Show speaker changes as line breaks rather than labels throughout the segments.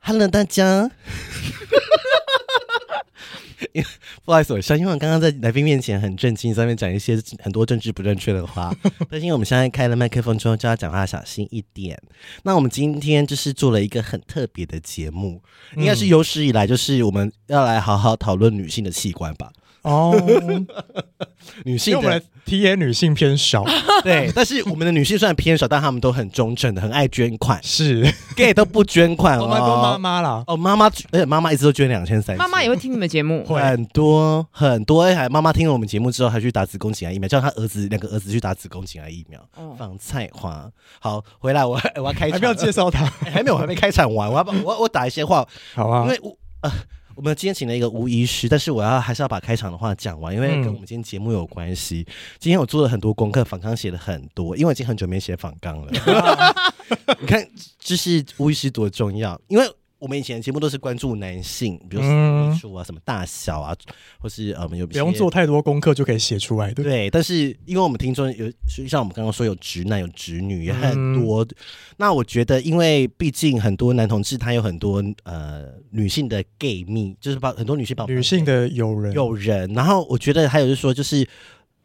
Hello，大家。不好意思，我相信我刚刚在来宾面前很震惊，在那边讲一些很多政治不正确的 话。但是因为我们现在开了麦克风之后，就要讲话小心一点。那我们今天就是做了一个很特别的节目，
嗯
应该是有史以来就是我们要来好好讨论女性的器官吧，
哦，
女
因为
性
我们
的
的 T A 女性偏少，
对。但是我们的女性虽然偏少，但她们都很忠诚的，很爱捐 款
是
，gay 都不捐款
我们多妈
哦。
妈啦，
哦，妈妈，而且妈妈一直都捐两千三，
妈妈也会听你们节目，
会
很多很多，哎还妈妈听了我们节目之后，还去打子宫颈癌疫苗，叫她儿子两个儿子去打子宫颈癌疫苗。
哦
放菜花，好，回来我 我要开
还
场，
不要介 绍她，
哎还没有，我还没开场完，我要把我我打一些话，
好啊
因，为我呃，我们今天请了一个吴医师，但是我要还是要把开场的话讲完，因为
嗯
跟我们今天节目有关系。今天我做了很多功课，访纲写了很多，因为我已经很久没写访纲了。你看，就是吴医师多重要，因为。我们以前的节目都是关注男性，比如
嗯
说艺术啊、什么大小啊，或是呃，我们有
不用做太多功课就可以写出来，对不对？
对，但是因为我们听众有，就像我们刚刚说有直男有直女也很
嗯
多，那我觉得因为毕竟很多男同志他有很多呃女性的 gay 蜜，就是把很多女性把
女性的友人，
有人，然后我觉得还有就是说就是。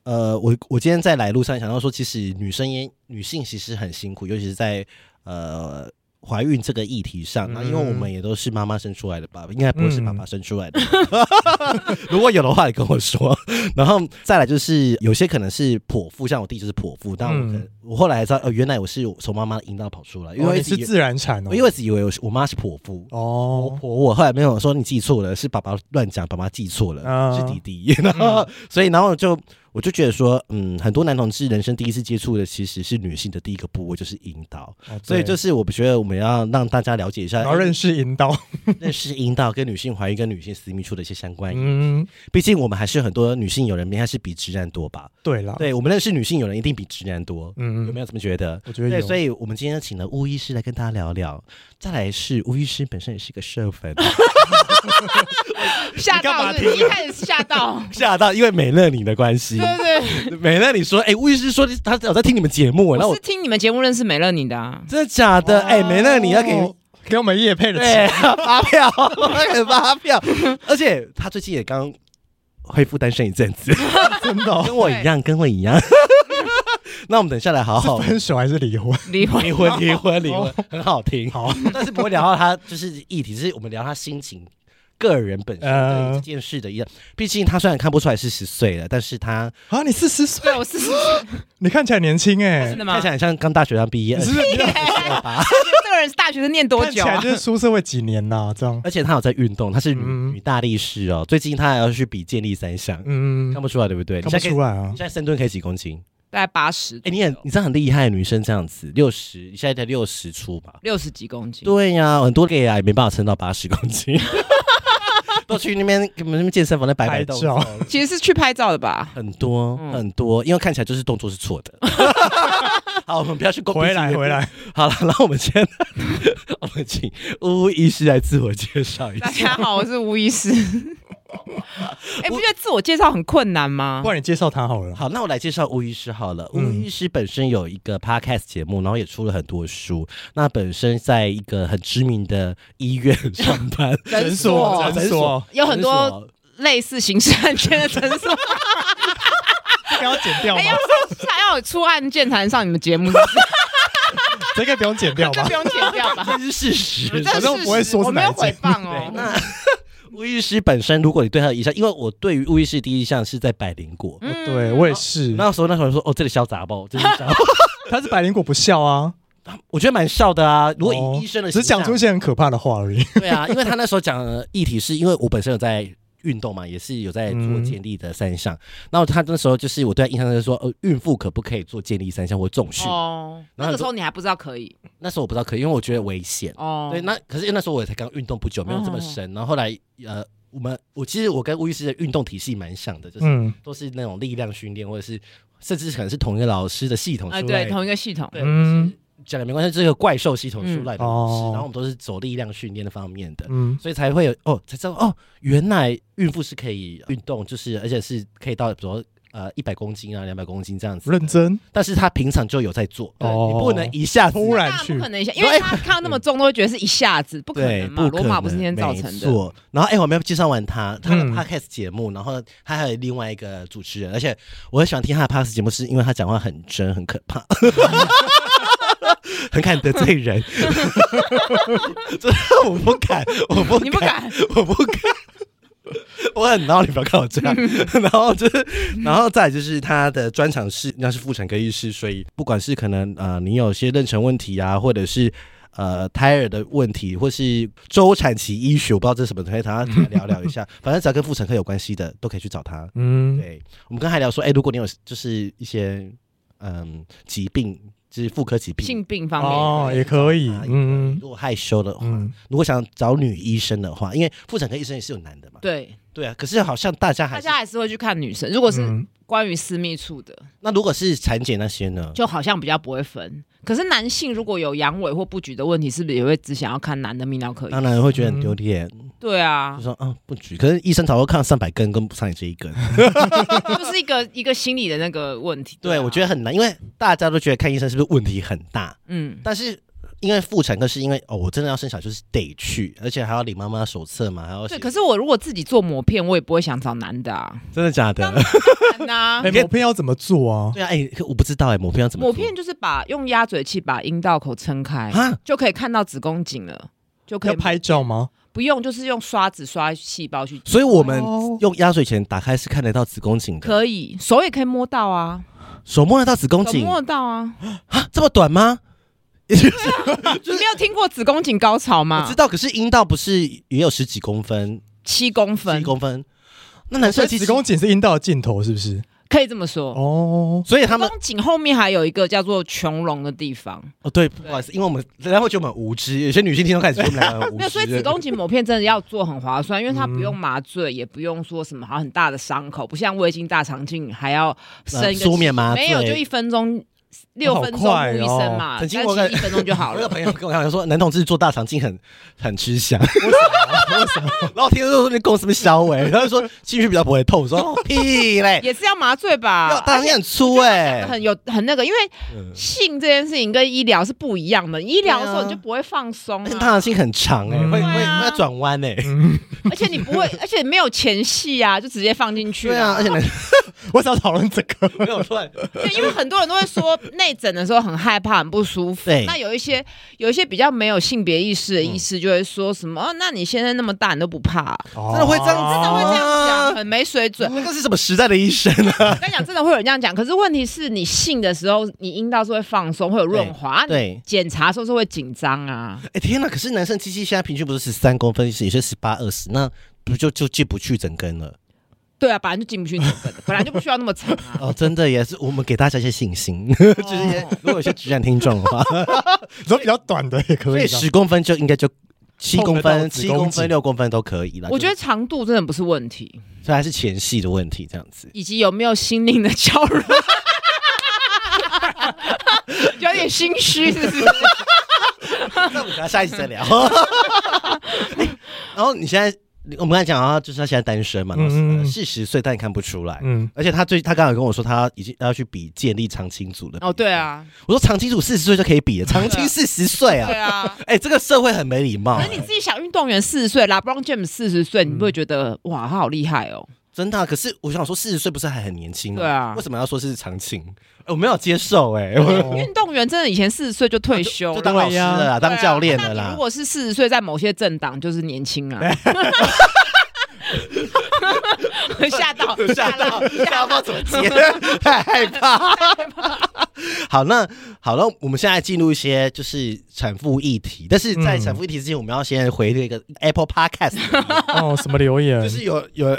呃，我我今天在来路上想到说，其实女生也女性其实很辛苦，尤其是在呃怀孕这个议题上。啊
嗯
那、因为我们也都是妈妈生出来的吧，应该不会是爸爸生出来的。 如果有的话，你跟我说。然后再来就是有些可能是剖腹，像我弟就是剖腹，但我可能、
嗯
我后来才知道，哦，原来我是从妈妈的阴道跑出来，因为
哦
我一
你
直
是
以为、
自然产哦，
因为我一直以为我是我妈是剖腹，我
哦，
婆我后来没有说你记错了，是爸爸乱讲，爸爸记错了，
啊嗯
是弟弟。然后、 所以然后就我就觉得说，嗯，很多男同志人生第一次接触的其实是女性的第一个部位就是阴道，
哦
所以就
对
是我觉得我们要让大家了解一下
然后认识引导，
认识阴道跟女性怀孕跟女性私密处的一些相关。
嗯，
毕竟我们还是有很多女性友人应该是比直男多吧？
对啦，
对我们认识女性友人一定比直男多，
嗯，
有没有
有？
这么觉得？
我觉得
对，
有，
所以我们今天请了巫医师来跟大家聊聊。再来是巫医师本身也是个社粉，
吓到是不是一开始吓到，
吓到，因为美乐你的关系
对。对
美乐你说，哎、巫医师说他有在听你们节目，然
对，
后
我
我
是听你们节目认识美乐你的啊，
真的假的？哎、美乐你要给。哎
哦给我们叶配的
对
钱，
发票， 要给发 票，而且他最近也刚恢复单身一阵子，
真的哦，
跟我一样，跟我一 样。那我们等下来好好
分手还是离婚？哦
离婚
离婚，离婚，离婚，很好听。
好，
但是不会聊到他就是议题，只是我们聊他心情、个人本身对
呃
这件事的一样。毕竟他虽然看不出来是十岁了，但是他
啊，你四十岁，
对，我是真
你看起来年轻哎，
的吗哎
看？起来很像刚大学刚毕业
你，是不是
哎
这个人是大学生念多
看起
久
来
啊？
就是出社会几年呐？这样，
而且他有在运动，他是女、
嗯
女大力士哦。最近他还要去比健力三项，
嗯，
看不出来对不对？
看不出
来。
来啊
你现在深蹲可以几公斤？
大概八十，
哎、你很你这样很厉害，女生这样子六十，你现在才六十出吧？
六十几公
嗯
斤，
对呀、很多 gay 啊也没办法撑到八十公 斤，都去那边我们那边健身房那摆摆动作
拍，
其实是去拍照的 吧？
很多、
嗯
很多，因为看起来就是动作是错 的。好，我们不要去攻
回来回。来，
好了，然后我们先， 我们请巫医师来自我介绍一
大
下。
家好，我是吴医师。哎，不觉得自我介绍很困难吗
不？然你介绍他好了。
好，那我来介绍吴医师好了。吴
嗯
医师本身有一个 podcast 节目，然后也出了很多书。那本身在一个很知名的医院上 班，
诊所哦诊所，
有很
诊
多
所。
类似刑事案件的诊所，
这个要剪掉
哎，
吗
要？上还要有出案件才能上你们节目，是不是
这个不用剪掉
这
吧
不？用剪掉吧？
这是事实。
这
反正我不会
是事实
说是
我没有
哪一
诽
间
谤哦。
巫医师本身，如果你对他的印象，因为我对于巫医师第一印象是在百灵果，
嗯
哦对我也是，
那时候那时候说哦，这里小杂包，这里小，
他是百灵果不笑啊。
我觉得蛮笑的啊。如果
哦
以医生的
只
形
讲
象，
出一些很可怕的话而已。
对啊，因为他那时候讲的议题是因为我本身有在运动嘛，也是有在做
嗯
健力的三项。然后他那时候就是我对他印象就是说，呃，孕妇可不可以做健力三项或重训？
哦，
然
那
后
个时候你还不知道可以
那时候我不知道可以，因为我觉得危险。
哦。嗯
对，那可是因为那时候我才刚运动不久，没有这么深。然后后来呃，我们我其实我跟吴医师的运动体系蛮像的，就是
嗯，
都是那种力量训练，或者是甚至可能是同一个老师的系统出
哎，
来。
对，同一个系统，
对
嗯
讲的没关系，这个怪兽系统出来的东西，
嗯哦
然后我们都是走力量训练的方面的，
嗯，
所以才会有哦，才知道哦，原来孕妇是可以运动，就是而且是可以到比如说呃一百公斤啊两百公斤这样子，
认真
但是她平常就有在做，对
哦
你不能一下子
突然
那
去
不可能一下，因为他看到那么重都会觉得是一下子，不可
哎对
能，嘛，
可
罗马不是
能
今天造
没
成的。
错。然后哎、我们要介绍完他，他的
嗯
podcast 节目，然后他还有另外一个主持人，而且我很喜欢听他的 podcast 节目，是因为他讲话很真，很可怕。很敢得罪 人，真的我不敢，我不敢，
你不敢，
我不敢，我很闹，你不要看我这样。 然后就是，然后再来就是他的专长是那是妇产科医师，所以不管是可能呃你有些妊娠问题啊，或者是呃胎儿的问题，或是周产期医学，我不知道这是什么，可以他聊聊一 下。反正只要跟妇产科有关系的，都可以去找他。
嗯，
对，我们刚才聊说，哎、如果你有就是一些嗯疾病，就是妇科疾病
性。病方面，
哦，也可以
啊，
嗯
如果害羞的话，
嗯，
如果想找女医生的话，因为妇产科医生也是有男的嘛。
对，
对啊，可是好像大家还
大
是
家还是会去看女生。如果是
嗯
关于私密处的，
那如果是产检那些呢？
就好像比较不会分。可是男性如果有阳痿或不举的问题，是不是也会只想要看男的泌尿科医
当
生？
然会觉
嗯
得很丢脸，
对啊
就，说啊不举，可是医生早就看上百根，跟不上你这一 根。
啊
就是一个一个心理的那个问题。
对，
啊
我觉得很难，因为大家都觉得看医生是不是问题很大，
嗯，
但是因为妇产科是因为哦，我真的要生小孩就是得去，而且还要领妈妈手册嘛，还要写
对。可是我如果自己做膜片，我也不会想找男 的啊。
真的假的？
男的啊
哎，某片要怎么做啊？
对啊，哎、可我不知道哎、抹片要怎么
抹
做？
片就是把用鸭嘴器把阴道口撑开，
啊，
就可以看到子宫颈了，就可
要
以
拍照吗？
不用就是用刷子刷细胞去，
所以我们
哦
用鸭嘴钳打开是看得到子宫颈的，
可以手也可以摸到啊，
手摸得到子宫
手
颈
摸得到啊。
啊，这么短吗？
你没有听过子宫颈高潮
我
吗
知？道，可是阴道不是也有十几公分、
七公
十
分
一，公分？那男
所
生
以
其
子
实
宫颈是阴道的尽头，是不是？
可以这么说。
哦，
所以他
子
们
宫颈后面还有一个叫做穹隆的地方，
哦，对，不好意思，因为我们然后就很无知，有些女性听众开始说我们两 个很无
没
知，
有，所以子宫颈抹片真的要做很划算，因为它不
嗯
用麻醉，也不用说什么好很大的伤口，不像胃镜、大肠镜还要生
呃
一个
舒眠麻醉
没有，就一分钟六分钟
好快
呼
哦
一声嘛，
曾
但
经我看
其实一分钟就好
我有
了。
朋友跟我讲说，男同志做大肠镜很很吃香，然后我听说说你拱什么小尾，然后说进去比较不会痛，我说 哦屁嘞，
也是要麻醉吧
要，大肠镜很粗哎、
很有很那个，因为性这件事情跟医疗是不一样的。医疗的时候
对啊
你就不会放松、
而且大
啊，
肠镜很长哎、
嗯
会会
对啊
会要转弯哎，
而且你不会，而且没有前戏啊，就直接放进去
对
了
啊，而 且男
我想讨论这个。
没有突然
对，因为很多人都会说内诊的时候很害怕、很不舒服
对。
那有一些有一些比较没有性别意识的医师就会说什么、哦，那你现在那么大，你都不怕、
真
真的会这样
真
子
的会这样
啊
讲，很没水 准。
那是什么时代的医生啊？
我跟你讲，真的会有人这样讲。可是问题是你性的时候，你阴道是会放松，会有润滑。啊
对
你检查的时候是会紧张啊。
哎、天哪！可是男生机器现在平均不是十三公分，有些十八、二十，那不就就进不去整根了？
对啊，本来就进不去整个 的，本来就不需要那么长 啊。
哦，真的也是，我们给大家一些信心，就是一些如果有些直男听众的话，
你说比较短的也可
所
以
以
的。
十公分就应该就七公
碰得
分、
到
七
子宫
公分、
颈
六公分都可以了。
我觉
得
得长度真的不是问题，
这还是前戏的问题，这样子。
以及有没有心灵的交 融，有点心虚，是不是？
那我们等 下下一集再聊。哎然后你现在，我们刚才讲到，就是他现在单身嘛，呃
嗯嗯嗯
四十岁，但看不出来。
嗯，
而且他最，他刚好跟我说，他已经要去比建立长青组的。
哦，对，啊，
我说长青组四十岁就可以比了，长青四十岁啊
对。啊。
哎、这个社会很没礼貌、啊嗯
可是你自己想，运动员四十岁，LeBron James 四十岁，你不会觉得哇，他好厉害哦？
真的啊、可是我想说，四十岁不是还很年轻吗？
对啊
为什么要说是长青？哎我没有接受哎、我
运动员真的以前四十岁就退休
就
了，
当老师了啦，
对啊
当教练了
那你
啦
如。果是四十岁，在某些政党就是年轻啊。 吓到，
吓到， 吓到怎么接？太害怕。 好，那好了，我们现在进入一些就是产妇议题，但是在
嗯
产妇议题之前，我们要先回那个 Apple Podcast，
哦，什么留言？
就是有有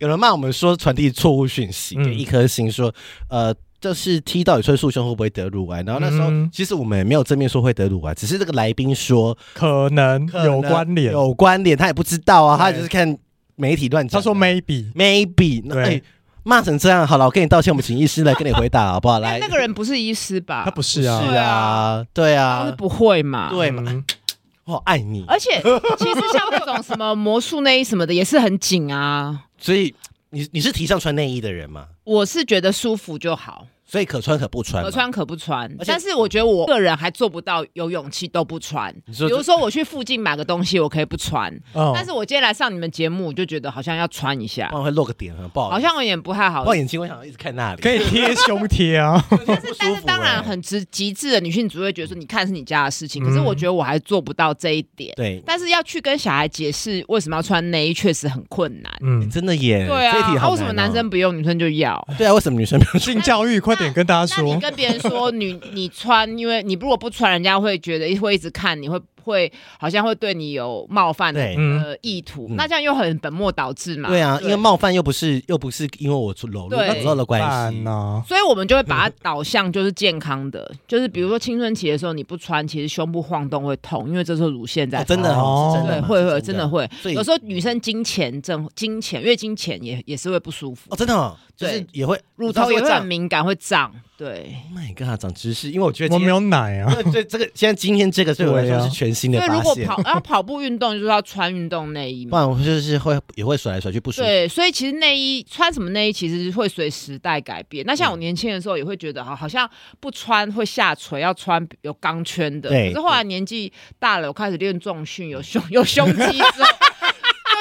有人骂我们说传递错误讯息，
嗯
给一颗心说，呃。就是踢到底吹束胸会不会得乳癌？然后那时候
嗯
其实我们也没有正面说会得乳癌，只是这个来宾说
可能
可能
有关联。
有关联，他也不知道啊，他
对
就是看媒体乱讲
他
的。
说 maybe，
maybe 那
对
哎骂成这样，好了，我跟你道歉，我们请医师来跟你回答好不好？来，
那个人不是医师吧？
他不是
是
啊。
啊，对
他是
啊，
不哎会嘛？
对嘛，
嗯
我好爱你，
而且其实像那种什么魔术内衣什么的也是很紧啊。
所以你你是提倡穿内衣的人嘛？
我是觉得舒服就好，
所以可穿可不穿，
可。穿可不穿
而。且
但是我觉得我个人还做不到有勇气都不穿。
你
比
说
如说我去附近买个东西，我可以不穿，
哦
但是我今天来上你们节目，我就觉得好像要穿一下
不，然会露个点，很不好意思，
好像有点不太好
哦不。好眼睛，我想一直看那里，
可以贴胸贴啊，
但是
但是当
欸
然很直极致的女性主会觉得说，你看是你家的事情，
嗯
可是我觉得我还做不到这一点。
对，
但是要去跟小孩解释为什么要穿内衣，确实很困难。
欸
嗯，
真的耶，
对啊
这一题，好
为什么
难哦
男生不用，女生就要？
对啊？为什么女生没有
性教育，快点跟大家
那你
说。
跟别人说你 你穿，因为你如果不穿，人家会觉得会一直看，你会会好像会对你有冒犯的
对
呃意图，
嗯
那这样又很本末倒置嘛。
对啊，因为冒犯又不是又不是因为我裸露
对
裸露的关系
办，啊，
所以我们就会把
嗯
它导向就是健康的，就是比如说青春期的时候你不穿，其实胸部晃动会痛，因为这时候乳腺在
哦真的哦，是真
对
的嘛
会
是
会真的会，
所以
有时候女生经前症、经前月经前也也是会不舒服
哦，，真的哦，就是
对
也会
乳头也会
长
很敏感，会胀。对，
Oh my god，长知识，因为我觉得
我
今
没
天
有奶 啊，
对对，这个现在今天这个对我来
对
说
啊
是全新的
因为如
发
果
现， 哦
跑要跑步运动，就是要穿运动内衣
不
嘛。
然我就是会也会甩来甩去不舒服。
对，所以其实内衣穿什么内衣，其实会随时代改变。那
嗯
像我年轻的时候，也会觉得好，好像不穿会下垂，要穿有钢圈的。
对
可是后来年纪大了，我开始练重训，有胸有胸肌之后，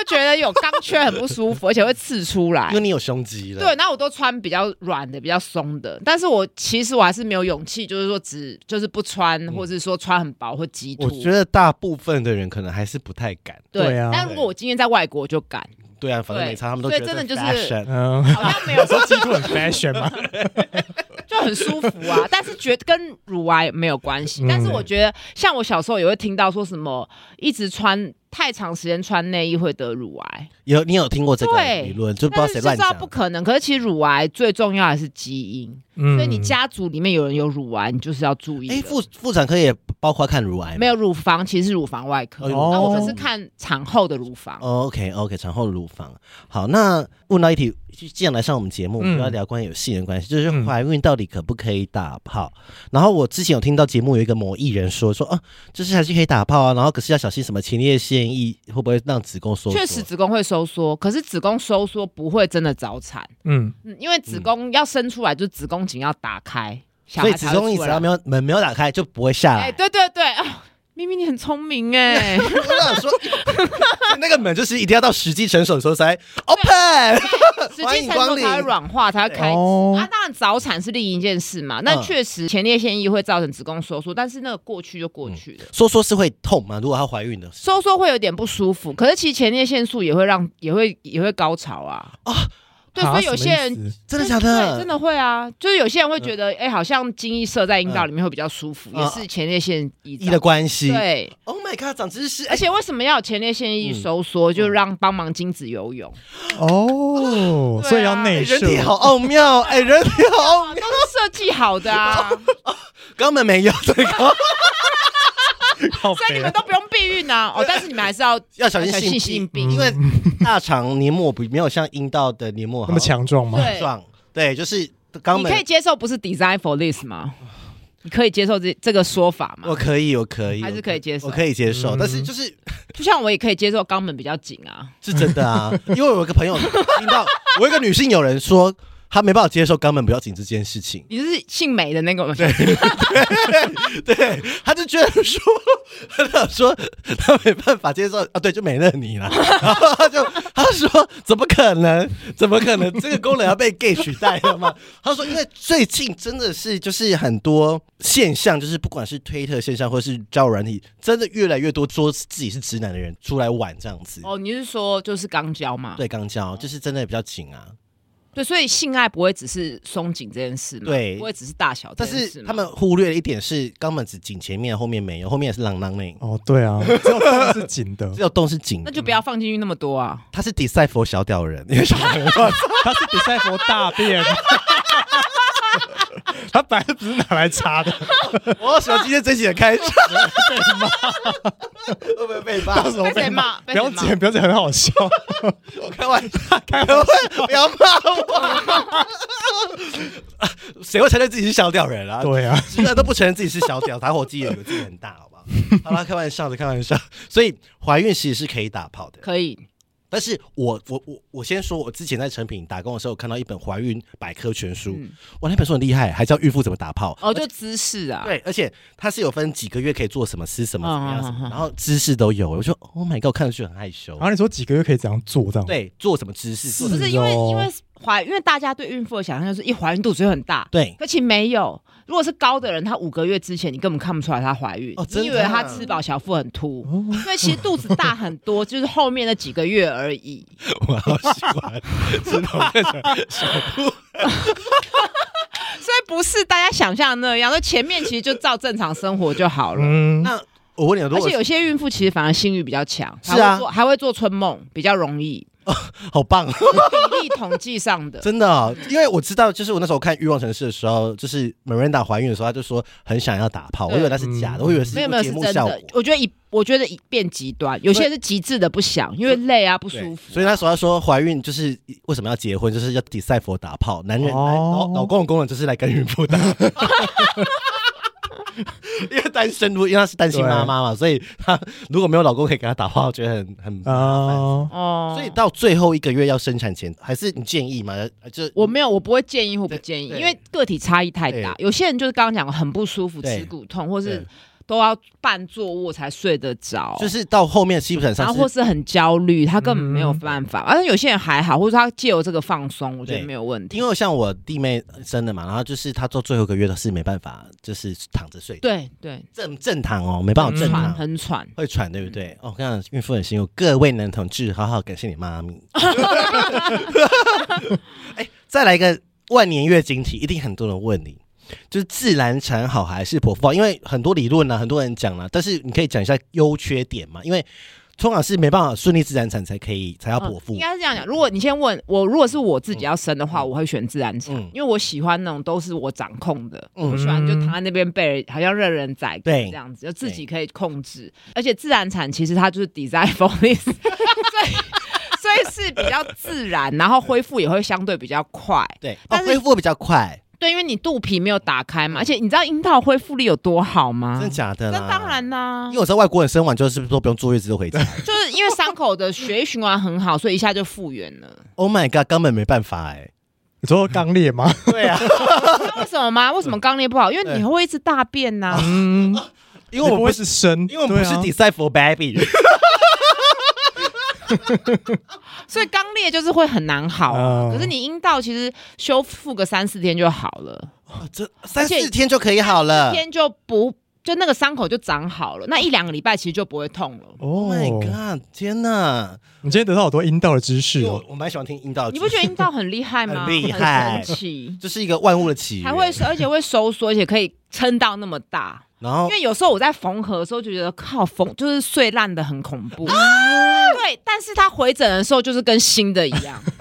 就觉得有钢圈很不舒服，而且会刺出来
因为。你有胸肌了。
对，那我都穿比较软的、比较松的，但是我其实我还是没有勇气，就是说只就是不穿，或者是说穿很薄或极
嗯我
突。
觉得大部分的人可能还是不太敢。
对，
对啊
但如果我今天在外国，我就敢，
对啊，反正没差，他们都
所
觉
以
得
真的就是
fashion
嗯，
好像没 有
说基督很 fashion 嘛，
就很舒服 啊。但是觉得跟乳癌没有关系，
嗯
但是我觉得像我小时候也会听到说什么一直穿太长时间穿内衣会得乳癌，
有你有听过这个
对
理论，就不知道
但
谁
是就
乱
知道不
讲。
可能。可是其实乳癌最重要还是基因，
所
所以你家族里面有人有乳癌，你就是要注意了。
哎，妇妇产科也包括看乳癌吗
没有乳房，其实是乳房外科。
哦
那我们是看产后的乳房。
哦？OK OK，产后乳房。好，那问到一题，就既然来上我们节目，我们
嗯
就要聊关于有性缘关系，就是
嗯
怀孕到底可不可以打炮？然后我之前有听到节目有一个某艺人说说啊，就是还是可以打炮啊，然后可是要小心什么前列腺液会不会让子宫收缩？
确实，子宫会收缩，可是子宫收缩不会真的早产，
嗯，
嗯，因为子宫要生出来，就是子宫颈要打开，小
所
孩
以子宫你
一
只要没有门没有打开就不会下来。
哎，对对对，啊，明明你很聪明 哎，
我想说，那个门就是一定要到时机成熟的时候 才 open。
时间成熟才会软化，才会开。
哦
啊，当然早产是另一件事嘛，那
嗯
确实前列腺液会造成子宫收缩，但是那个过去就过去了。
说说是会痛吗？如果她怀孕的时
收缩会有点不舒服，可是其实前列腺素也会让也会也会高潮啊。
啊
对，
哈
所以有些
什么
人
意思
候，真的假的？
对，真。的会啊，就是有些人会觉得，哎、好像精液射在阴道里面会比较舒服，
嗯
也是前列腺移
一的关系。
对，
，Oh my god，长知识！
而
而且
且为什么要有前列腺
嗯
液收缩，就让帮忙精子游泳？
哦，
啊
所以要内
人体好
射，
奥妙，哎，人体好奥妙，
哦都是设计好的啊，
肛门没有这个，
好
所以你们都不用避孕啊。哦，但是你们还是要
要小心
小
性
心性
病，
病
因为大肠黏膜比没有像阴道的黏膜好
那么强壮吗？
对，
壮。对，就是肛
你
门
可以。接受不是 design for this 吗？你可以接受这这个说法吗
我？可以，我可以，
还是可以接受
我可以接受，
嗯
但是就是
就像我也可以接受肛门比较紧啊。
是真的啊，因为我有一个朋友听到，我有一个女性友人说，他没办法接受肛门比较紧这件事情。
你是姓美的那个吗？对，
对，他就觉得说，他想说他没办法接受啊，对，就没了你了。 然后他就他说，怎么可能？怎么可能？这个功能要被 gay 取代了吗？ 他说，因为最近真的是就是很多现象，就是不管是推特现象或是交友软体，真的越来越多说自己是直男的人出来玩这样子。
哦，你是说就是肛交嘛？
对，刚交就是真的比较紧啊，
对，所以性爱不会只是松紧这件事嘛？
对
不会只是大小这
但
件事
是
嘛
他们忽略了一点是肛门只紧前面，后面没有，后面也是啷啷呢，
哦，对啊，只有洞是紧的
只，有洞是紧
那
的。
就不要放进去那么多啊！
他是 d e c i p e 小屌人，因为小屌人
他是比赛佛大便， 他本来不是拿来擦的，
我好喜欢今天这集的开场，会不会被骂？
到时候
被谁
被
骂？
不
被
要
谁骂
剪，不要剪，很好 笑。
我开玩笑，开玩笑，不要骂我。谁会承认自己是小屌人啊？
对啊，
直男都不承认自己是小屌，打火机也以为自己很大，好不好？好啦，开玩笑的，开玩笑。所以怀孕其实是可以打炮的，
可以
但是我我我我先说，我之前在成品打工的时候，看到一本怀孕百科全书，
嗯
哇，那本书很厉害，还教孕妇怎么打炮。
哦，就姿势啊。
对，而且它是有分几个月可以做什么，吃什么，怎么样，
嗯
什么
嗯嗯嗯
然后姿势都有。我就 Oh my god，我看上去很害羞
然。后你说几个月可以怎样做这样？，
对，做什么姿势？做
不
什么
是因为
哦
因为怀，因为大家对孕妇的想象就是一怀孕肚子就很大，
对，
可其实没有。如果是高的人，她五个月之前你根本看不出来她怀孕，
哦真
你
的
以为
啊
她吃饱小腹很凸，
哦
因为其实肚子大很多，就是后面那几个月 而已。
我好喜欢，真的，我在想
所以不是大家想象的那样，那前面其实就照正常生活就好了。
嗯，
那我问你，如
而
果
且有些孕妇其实反而性欲比较强，
是啊
还会做还会做春梦，比较容易，
好棒，
比例统计上 的。
真的哦，因为我知道，就是我那时候看《欲望城市》的时候，就是 Miranda 怀孕的时候，她就说很想要打炮，我
对嗯
以为那是假的，我以为是
没有
一
没有
个
是
节目
真
效
的
果，。
我觉得一我觉得一变极端，有些人是极致的不想，因为累啊不
对
舒服。
所以那时候她说怀孕就是为什么要结婚，就是要 d e c i p e 打炮，男人、
哦
男老老公的功能就是来跟孕妇打。因为单身，如因为她是单亲妈妈嘛，所以她如果没有老公可以给她打炮，我觉得很很
啊，
哦，
所以到最后一个月要生产前，还是你建议吗？呃就
我没有，我不会建议或不建议，
对
因为个体差异太大。
对
有些人就是刚刚讲的很不舒服，
对
耻骨痛，或是
对
都要半坐卧才睡得着，
就是到后面基本
然
上
后
是
或是很焦虑，他根本没有办法。而且有些人还好，或者他借由这个放松，我觉得
嗯对
没有问题
因。为像我弟妹生了嘛，然后就是她做最后一个月都是没办法，就是躺着睡，
对对，
正正躺哦，没办法正
喘
躺，
很喘，
会喘，对不对？
嗯
哦，我跟你讲，孕妇很辛苦，哦各位男同志，好好感谢你妈 咪。哎，再来一个万年月经题，一定很多人问你。就是自然产好还是剖腹好？因为很多理论呢、啊很多人讲了、但是你可以讲一下优缺点嘛？因为通常是没办法顺利自然产才可以，才要剖
嗯
腹。
应该是这样讲。如果你先问我，如果是我自己要生的话，我会选自然产
嗯，
因为我喜欢那种都是我掌控的。
嗯
我喜欢就躺在那边被人好像任人宰割
对
这样子，就自己可以控制。而且自然产其实它就是 design for this，所 以所以是比较自然，然后恢复也会相对比较快。
对，哦
但，是
恢复比较快，
对，因为你肚皮没有打开嘛，而且你知道阴道恢复力有多好
嗯
嗯
吗？
真的假的
那
啦？
当然啊啦
因为，我知道外国人生完之后是不是都不用坐月子就回 家
就是因为伤口的血液循环很好，所以一下就复原了。
？Oh my god，根本没办法哎、
你说刚裂吗？
对啊，
为什么吗？为什么肛裂不好？因为你会一直大便呐、
嗯，
因为我
你
们
不
不
会
是，
是生，
因为我们不是
对啊
decide for baby，
所以肛裂就是会很难好啊、
嗯
哦
可是你阴道其实修复个三四天就好了，
哦这三
且
四天就可以好了
一。天就不就那个伤口就长好了，那一两个礼拜其实就不会痛了。
Oh my
哦，
god，天哪！
你今天得到好多阴道的知识
因为
哦
我，我蛮喜欢听阴道的，
你不觉得阴道很厉害吗？
很厉害
很神奇，
这是一个万物的起源？
还会，而且会收缩，而且可以撑到那么大。
然后
因为有时候我在缝合的时候就觉得靠缝就是碎烂的很恐
啊
怖，对，但是它回诊的时候就是跟新的一 样，所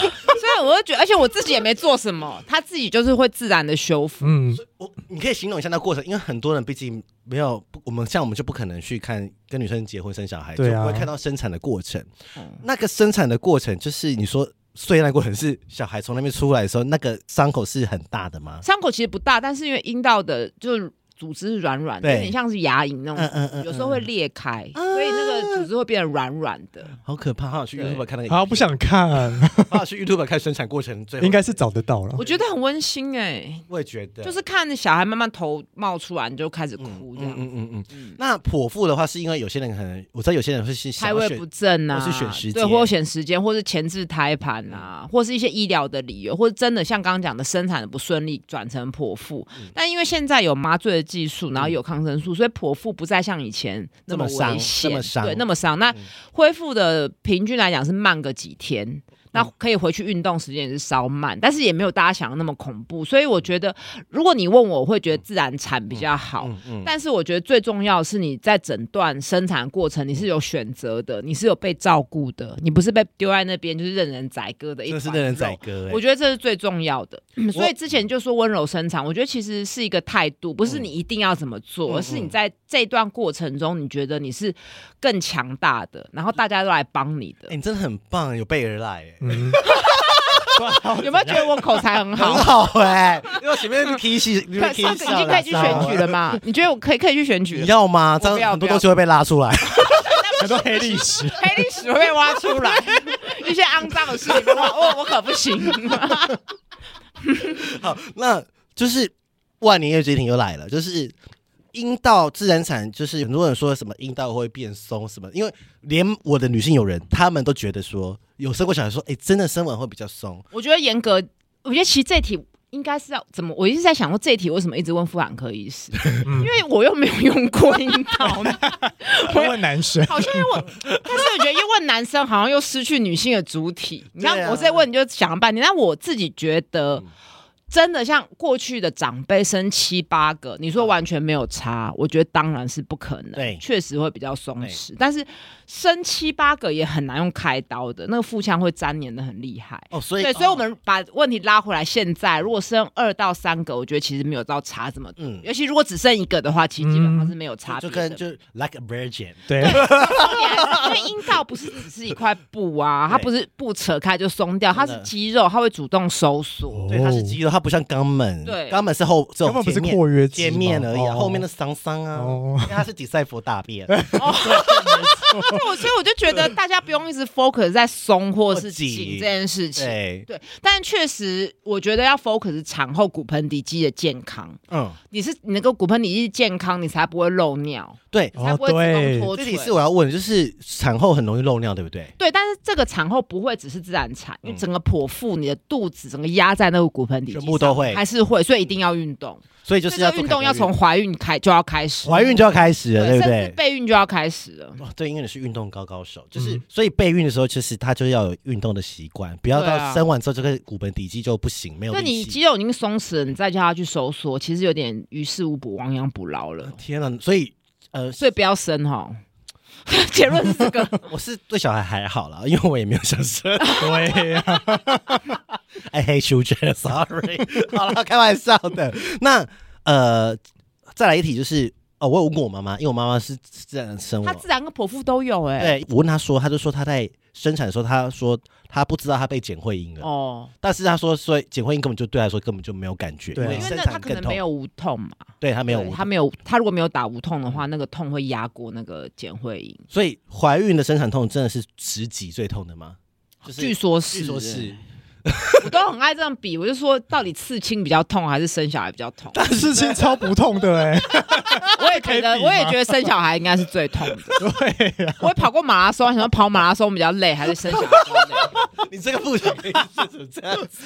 以我就觉得，而且我自己也没做什么，它自己就是会自然的修复。
嗯，
我你可以形容一下那过程，因为很多人毕竟没有不我们像我们就不可能去看跟女生结婚生小孩，
对啊
就不会看到生产的过程。
嗯
那个生产的过程就是你说碎烂过程是小孩从那边出来的时候，那个伤口是很大的吗？
伤口其实不大，但是因为阴道的就是组织是软软的，
对
有点像是牙龈那
嗯
种，
嗯嗯，
有时候会
嗯
裂开，所以那个组织会变得软软的。
好可怕，好想去
对
YouTube 看那个影片，
啊，不想看，
好想去 YouTube 看生产过程，最后
应该是找得到了
我。觉得很温馨哎、
我也觉得
就是看着小孩慢慢头冒出来，你就开始哭这样。
嗯嗯嗯嗯
嗯。
那剖腹的话，是因为有些人可能我知道有些人会是想
胎
要
位
选
不正啊，
或是选时
对，
间嗯
或选时间，或是前置胎盘啊，或是一些医疗的理由，或是真的像刚刚讲的生产的不顺利转成剖腹。
嗯
但因为现在有麻醉的技术，然后有抗生素，所以剖腹不再像以前
那嗯么
么
伤
危险，
那么伤嗯
对，那么伤。那恢复的平均来讲是慢个几
嗯
天。那可以回去运动时间也是稍慢，但是也没有大家想的那么恐怖，所以我觉得，如果你问我，我会觉得自然产比较好。
嗯嗯
但是我觉得最重要的是你在整段生产过程你是有选择的，你是有被照顾的，你不是被丢在那边就是任人宰割的一
真的
团
是任人宰
肉。
割、欸，
我觉得这是最重要的，所以之前就说温柔生产，我觉得其实是一个态度，不是你一定要怎么做，
嗯
而是你在这段过程中，你觉得你是更强大的，然后大家都来帮你的
哎、。你真的很棒，有备而来、欸，
嗯，
哎
有没有觉得我口才很好
很？好哎、因为前面是 K 系，你
可 上次已经可以去选 举了嘛？你觉得我可以可以去选举
你
了？
要吗？这
我不要
样很多
不要
东西会被拉出来。
很多黑历史。
黑历史 会被挖出来，一些肮脏的事情被挖，我我可不行。
好，那就是万年月经停又来了，就是阴道自然产，就是很多人说什么阴道会变松什么，因为连我的女性友人，她们都觉得说有生过小孩说，哎、真的生完会比较松，
我觉得严格，我觉得其实这题应该是要怎么？我一直在想说这题为什么一直问妇产科医师，因为我又没有用过阴道，
我问男生，
好像又问， 但是我觉得又问男生，好像又失去女性的主体。你看
对啊
我在问，你就想了半天。但我自己觉得。真的像过去的长辈生七八个，你说完全没有差，我觉得当然是不可能，
对
确实会比较松弛。但是生七八个也很难用开刀的，那个腹腔会粘连的很厉害。
哦，所以
对，所以我
哦
们把问题拉回来，现在如果生二到三个，我觉得其实没有到差这么多。
嗯。
尤其如果只剩一个的话，其实基本上
嗯
是没有差别
就
的。 啊
跟就 like a virgin，
对，
因为阴道不是只是一块布啊，它
对
不是布扯开就松掉，它
真
是
的哦
肌肉，它会主动收缩。
对，它是肌肉，它不像肛门，
哦对
肛门是后只有
根本不是
前面
括约肌
前面
吗
而已啊，
哦
后面的桑桑啊，
哦
因为它是底塞佛大 便，
对，我所以我就觉得大家不用一直 focus 在松或
或
是
紧
紧这件事情。
对，
对，但确实，我觉得要 focus 是产后骨盆底肌的健康。
嗯，
你是你那个骨盆底肌健康，你才不会漏尿，
对，
才
哦
不会子宫
对，
脱
这
垂。
里是我要问的，就是产后很容易漏尿，对不对？
对，但是这个产后不会只是自然产，因为
嗯
整个剖腹、你的肚子整个压在那个骨盆底肌
全部都
上
会
还是会，所以一定要运动。
所以就是要
所以这个运
做凯格
动要从怀孕开就要开始，
怀孕就要开始了，对不
甚至
对？
备孕就要开始了。
哦，对，因为你是运动高高手，就是、
嗯
所以备孕的时候，其实他就要有运动的习惯，不要
对
到
啊
生完之后这个骨盆底肌就不行，没有
那你
力气。
肌肉已经松弛了，你再叫它去收缩，其实有点于事无补、亡羊补牢了。
天哪！所以呃，
所以不要生哈。 结论是 这个，
我是对小孩还好啦，因为我也没有想生
对呀，
，I hate children，sorry。好 了，开玩笑的。那呃，再来一题就是，哦，我有问过我妈妈，因为我妈妈是自然生
它
我，
自然跟剖腹都有哎、
对我问她说，她就说她在生产的时候，她说她不知道她被剪会阴了。
哦，
但是他说，所以剪会阴根本就对他来说根本就没有感觉，
对啊
因为
因为
生
那
产
它可
更
能
痛
没，有无痛嘛，
对他没有
对
无
它没有，它如果没有打无痛的话，那个痛会压过那个减会阴。
所以怀孕的生产痛真的是十几最痛的吗？就是
据说是，
据说是，
我都很爱这样比，我就说到底刺青比较痛还是生小孩比较痛？
但是其实超不痛的
欸
哎，
我也觉
可以
得，
比吗
我也觉得生小孩应该是最痛 的。对、
啊
我也跑过马拉松，想说跑马拉松比较累还是生小孩比较 累？
你这个不行，是怎么这样 子？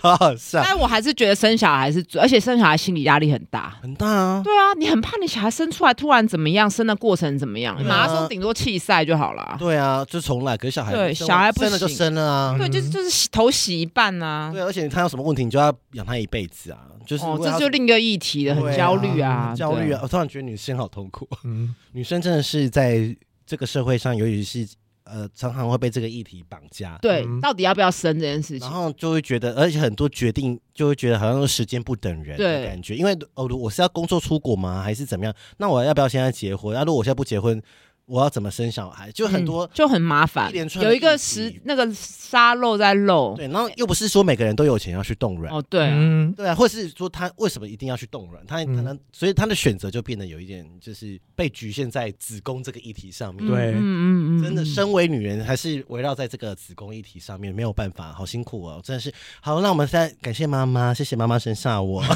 好好笑，
但我还是觉得生小孩是最，而且生小孩心理压力很大。
很大啊。
对啊，你很怕你小孩生出来突然怎么样，生的过程怎么样？
嗯
马拉松顶多弃赛就好了。
对啊，就重来。可是小孩
对
生
小孩不
生了就
行
生了啊。
对，就是就是洗头洗一半呐、
对，而且他有什么问题，你就要养他一辈子啊。就是
哦
如，果
这
他
就另一个议题了，
对
很
啊
焦虑啊，
焦虑
对
啊！。我突然觉得女生好痛苦，
嗯，
女生真的是在这个社会上，尤其是呃，常常会被这个议题绑架。
对，
嗯
到底要不要生这件事情
然？后就会觉得，而且很多决定就会觉得好像时间不等人的
对
感觉，因为哦，如我是要工作出国吗，还是怎么样？那我要不要现在结婚？啊，如果我现在不结婚，我要怎么生小孩，就很多、
嗯就很麻烦
一连，串的
有一
议
个
题
时那个沙漏在漏。
对，然后又不是说每个人都有钱要去冻卵，
哦，对啊，
嗯，
对啊，或是说他为什么一定要去冻卵？他
嗯
可能、所以他的选择就变得有一点就是被局限在子宫这个议题上面。
嗯
对
嗯嗯嗯，
真的，
嗯
身为女人还是围绕在这个子宫议题上面，没有办法，好辛苦哦，真的是。好，那我们现在感谢妈妈，谢谢妈妈生下我。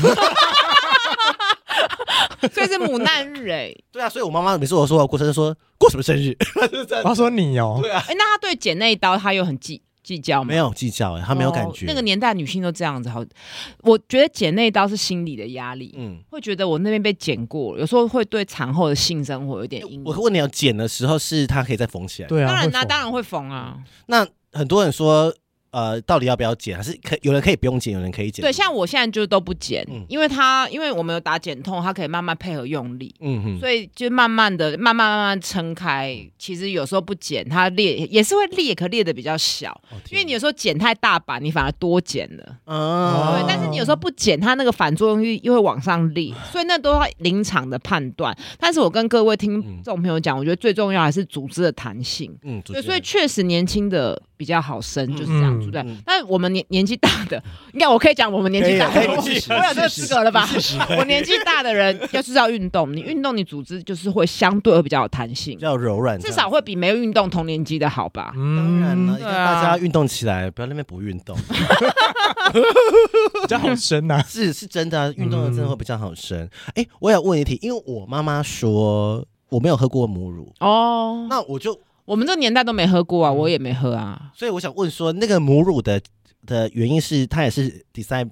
所以是母难日哎。
对啊，所以我妈妈每次我说我过生日，说过什么生日，
他说你哦，
哎，那他对剪那一刀，他又很计计较吗？
没有计较、欸，她没有感觉。
哦那个年代女性都这样子，好，我觉得剪那一刀是心理的压力，
嗯，
会觉得我那边被剪过了，有时候会对产后的性生活有点阴
我
影。
问你，要哦剪的时候是它可以再缝起来。，
对啊，
当然
会
啦、
缝
当然会缝啊。
那很多人说，呃，到底要不要剪？还是可有人可以不用剪，有人可以剪。
对，像我现在就都不剪，
嗯
因为它因为我们有打减痛，它可以慢慢配合用力。
嗯哼，
所以就慢慢的、慢慢、慢慢撑开。其实有时候不剪，它裂也是会裂，可裂的比较小。
哦
因为
天
你有时候剪太大把，你反而多剪了。
啊，
对
哦，
但是你有时候不剪，它那个反作用力又会往上立，所以那都要临场的判断。但是我跟各位听众朋友讲，我觉得最重要还是组织的弹性。
嗯，主
对，
持
所以
人
确实年轻的比较好生，就是这样子。对
嗯，
但我们年年纪大的，应该我可以讲我们年纪大的，
可以啊
我
可以
我有这个资格了吧？我年纪大的人要是要运动，你运动你组织就是会相对会比较有弹性
比，较柔软，
至少会比没有运动同年纪的好吧？
当然
嗯，
了，
对啊
大家运动起来，不要那边不运动，
比较好生呐，
是是真的啊，运动真的会比较好生。哎，我想问一题，因为我妈妈说我没有喝过母乳，
哦，
那我就
我们这年代都没喝
嗯
过啊，我也没喝啊。
所以我想问说，那个母乳的的原因是它也是 design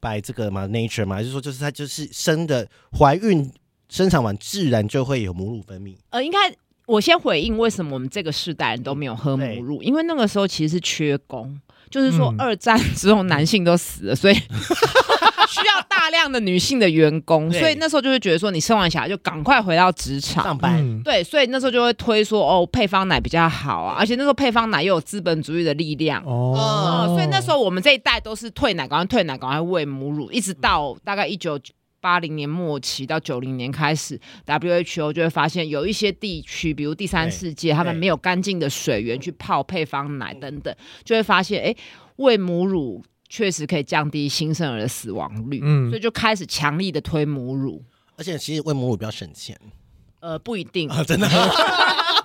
by 这个嘛 nature 嘛，还是说就是它就是生的怀孕生产完自然就会有母乳分泌？
呃，应该我先回应为什么我们这个世代人都没有喝母乳，因为那个时候其实是缺工，就是说
嗯
二战之后男性都死了，所以。需要大量的女性的员工，
对
所以那时候就会觉得说，你生完小孩就赶快回到职场
上班、
嗯
对，所以那时候就会推说哦，配方奶比较好啊，而且那时候配方奶又有资本主义的力量。
哦
哦，所以那时候我们这一代都是退奶，赶快退奶，赶快喂母乳，一直到大概一九八零年末期到九零年开始，WHO 就会发现有一些地区，比如第三世界，他们
对
没有干净的水源去泡配方奶等等，就会发现哎，诶喂母乳确实可以降低新生儿的死亡率，
嗯
所以就开始强力的推母乳。
而且其实喂母乳比较省钱，
呃，不一定，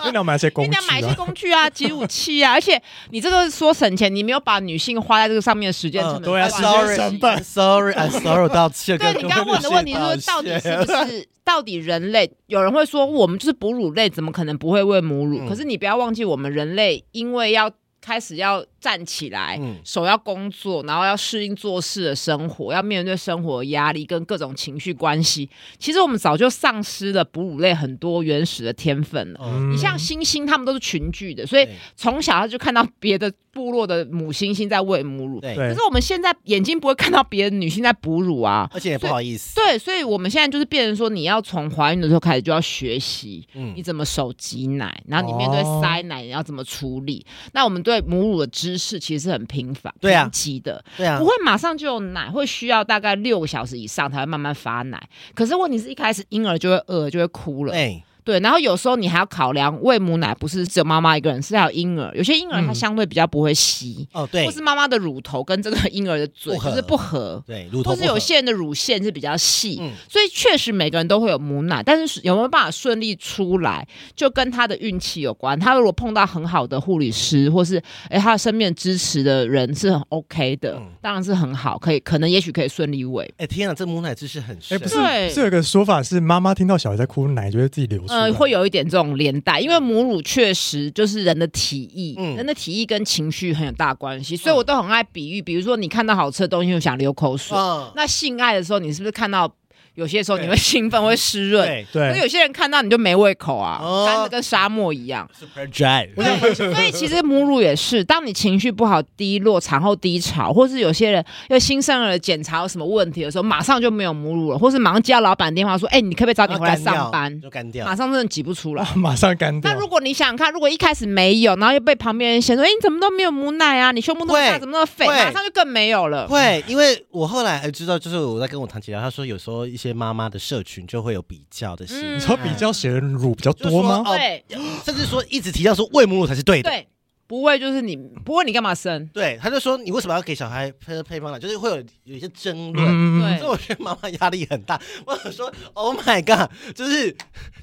那你要买些工
人
具
家买一些
啊，
工具啊，挤乳器啊，而且你这个说省钱，你没有把女性花在这个上面的时间成本、
对啊
花
时
在
间
这个
嗯 sorry
成
I'm
洗
sorry I'm sorry 道歉。
对你刚刚问的问题就是，到底是不是？ 到底人类有人会说我们就是哺乳类，怎么可能不会喂母乳？
嗯
可是你不要忘记，我们人类因为要开始要站起来，
嗯
手要工作，然后要适应做事的生活，要面对生活的压力跟各种情绪关系。其实我们早就丧失了哺乳类很多原始的天分了。
嗯
你像猩猩，它们都是群居的，所以
对
从小它就看到别的部落的母猩猩在喂母乳。
对，
对
可是我们现在眼睛不会看到别的女性在哺乳啊。
而且也不好意思，
对，所以我们现在就是变成说，你要从怀孕的时候开始就要学习
嗯
你，怎么手挤奶，然后你面对
哦
塞奶你要怎么处理。那我们对母乳的知识其实是很贫乏、
对啊
贫瘠的，
对啊
不，会马上就有奶，会需要大概六个小时以上才会慢慢发奶。可是问题是一开始婴儿就会饿，就会哭了。
哎，
对，然后有时候你还要考量喂母奶不是只有妈妈一个人，是还有婴儿。有些婴儿他
嗯
相对比较不会吸，
哦对
或，是妈妈的乳头跟这个婴儿的嘴
不合
就是不合，
对，乳头
或
不
是有
合
些人的乳腺是比较细。
嗯
所以确实每个人都会有母奶，但是有没有办法顺利出来，就跟他的运气有关。他如果碰到很好的护理师，或是诶他身边支持的人是很 OK 的，
嗯
当然是很好，可以可能也许可以顺利喂。
哎天啊，这母奶知识很
哎，
深
不，
对
是，是有一个说法是，妈妈听到小孩在哭，奶就会自己流出来，
呃，会有一点这种连带，因为母乳确实就是人的体液，
嗯
人的体液跟情绪很有大关系，所以我都很爱比喻，比如说你看到好吃的东西就想流口水，
嗯，
那性爱的时候，你是不是看到有些时候你会兴奋、会湿润？
对
可是
对，
有些人看到你就没胃口啊，
哦
干的跟沙漠一样。
，super dry，哎
对，所以其实母乳也是，当你情绪不好、低落、产后低潮，或是有些人要新生儿检查有什么问题的时候，马上就没有母乳了，或是马上接到老板电话说：“哎、你可不可以早点回来上班
就干？”掉
马，上真的挤不
哦
出来。
马上干
那
掉。
如果你想想看，如果一开始没有，然后又被旁边人嫌说：“哎、你怎么都没有母奶啊？你胸部那么大，
会
怎么那么肥？”
会
马上就更没有了。
会，因为我后来还知道，就是我在跟我堂姐聊，她说有时候一些妈妈的社群就会有比较的心
嗯
你
理，
说比较谁的乳比较多吗？
哦
对，
甚至说一直提到说喂母乳才是对的。
对，不喂就是你不喂你干嘛生？
对，他就说你为什么要给小孩配配方奶，就是会有有一些争论。
嗯，
哦对
所以我觉得妈妈压力很大。我想说，Oh my god，就是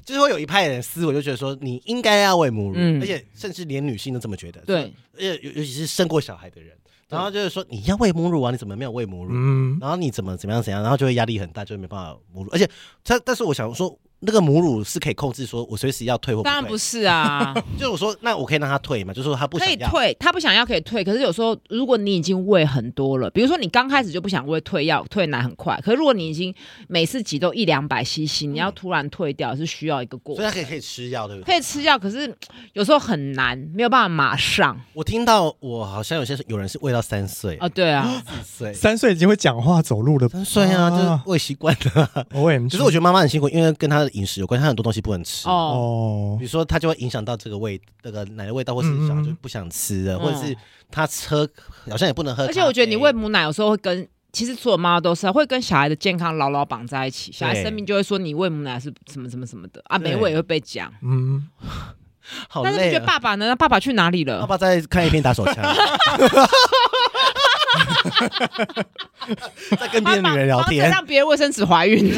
就是会有一派人思维就觉得说，你应该要喂母乳，
嗯
而且甚至连女性都这么觉得。
对，
而且尤尤其是生过小孩的人，然后就是说你要喂母乳啊，你怎么没有喂母乳？
嗯，
然后你怎么怎么样怎样，然后就会压力很大，就没办法母乳。而且他，但是我想说，那个母乳是可以控制，说我随时要退或不退。
当然不是啊，
就是我说，那我可以让他退嘛，就是说他 不
可
想
以
要。
退，他不想要可以退。可是有时候，如果你已经喂很多了，比如说你刚开始就不想喂退药，退奶很快。可是如果你已经每次挤都一两百 CC，你
嗯
要突然退掉是需要一个过
所以
程
他。可以可以吃药，对不对？
可以吃药，可是有时候很难，没有办法马上
我听到我好像有些有人是喂到三岁、
啊。对啊，
四岁、
三岁已经会讲话走路了，
三岁啊，就是喂习惯了啊、
O M，
只是我觉得妈妈很辛苦，因为跟她的饮食有关，她很多东西不能吃。
得
哦，
哦
比，如说，她就会影响到这个味，那个奶的味道，或是
嗯
小孩就不想吃的，
嗯
或者是她喝好像也不能喝咖
而
啡。
且我觉得你喂母奶有时候会跟，其实所有妈妈都是啊会跟小孩的健康牢牢绑在一起。小孩
对
生病就会说你喂母奶是什么什么什么的啊，
对
没喂也会被讲。
嗯，
好
但是你
累、
觉
啊
得。爸爸呢？那爸爸去哪里 了？
爸爸在看一边打手 枪，在跟别的女人聊
忙
天
着，让别人卫生纸怀孕。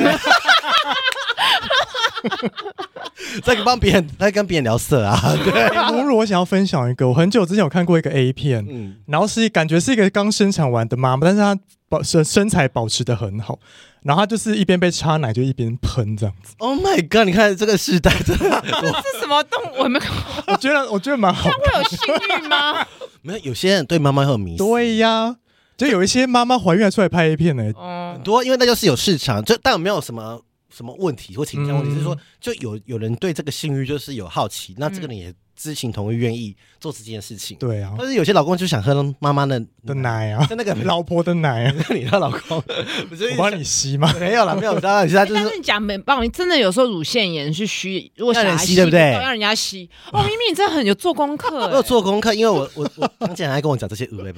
在帮别人，在跟别人聊色啊。对，
哎母乳我想要分享一个，我很久之前有看过一个 A 片，
嗯，
然后是感觉是一个刚生产完的妈妈，但是她保身身材保持的很好，然后她就是一边被插奶就一边喷这样子，
Oh my god！你看这个时代真的， 我
这是什么动物？我没看过
我觉得我觉得蛮好，
会有性 欲吗？
没有有些人对妈妈会有迷思，
对呀，就有一些妈妈怀孕还出来拍 A 片呢、
哦
很，多，因为那就是有市场，就但没有什么什么问题或请教问题，
嗯
是说就有有人对这个性欲就是有好奇，那这个人也知情同意，愿意做这件事情。
对啊
但是有些老公就想喝妈妈的
的，奶啊，
就那个老，
老婆的奶 啊，
你的老公，不是
我帮你吸嘛，
没有了，没有，当然是他就
哎但
是
是你讲没棒，你真的有时候乳腺炎是虚，如果小
让
孩
人吸对不对
让人家吸。哦，明明你真的很有做功课、
我有做功课，因为我 我我当姐还跟我讲这些恶的，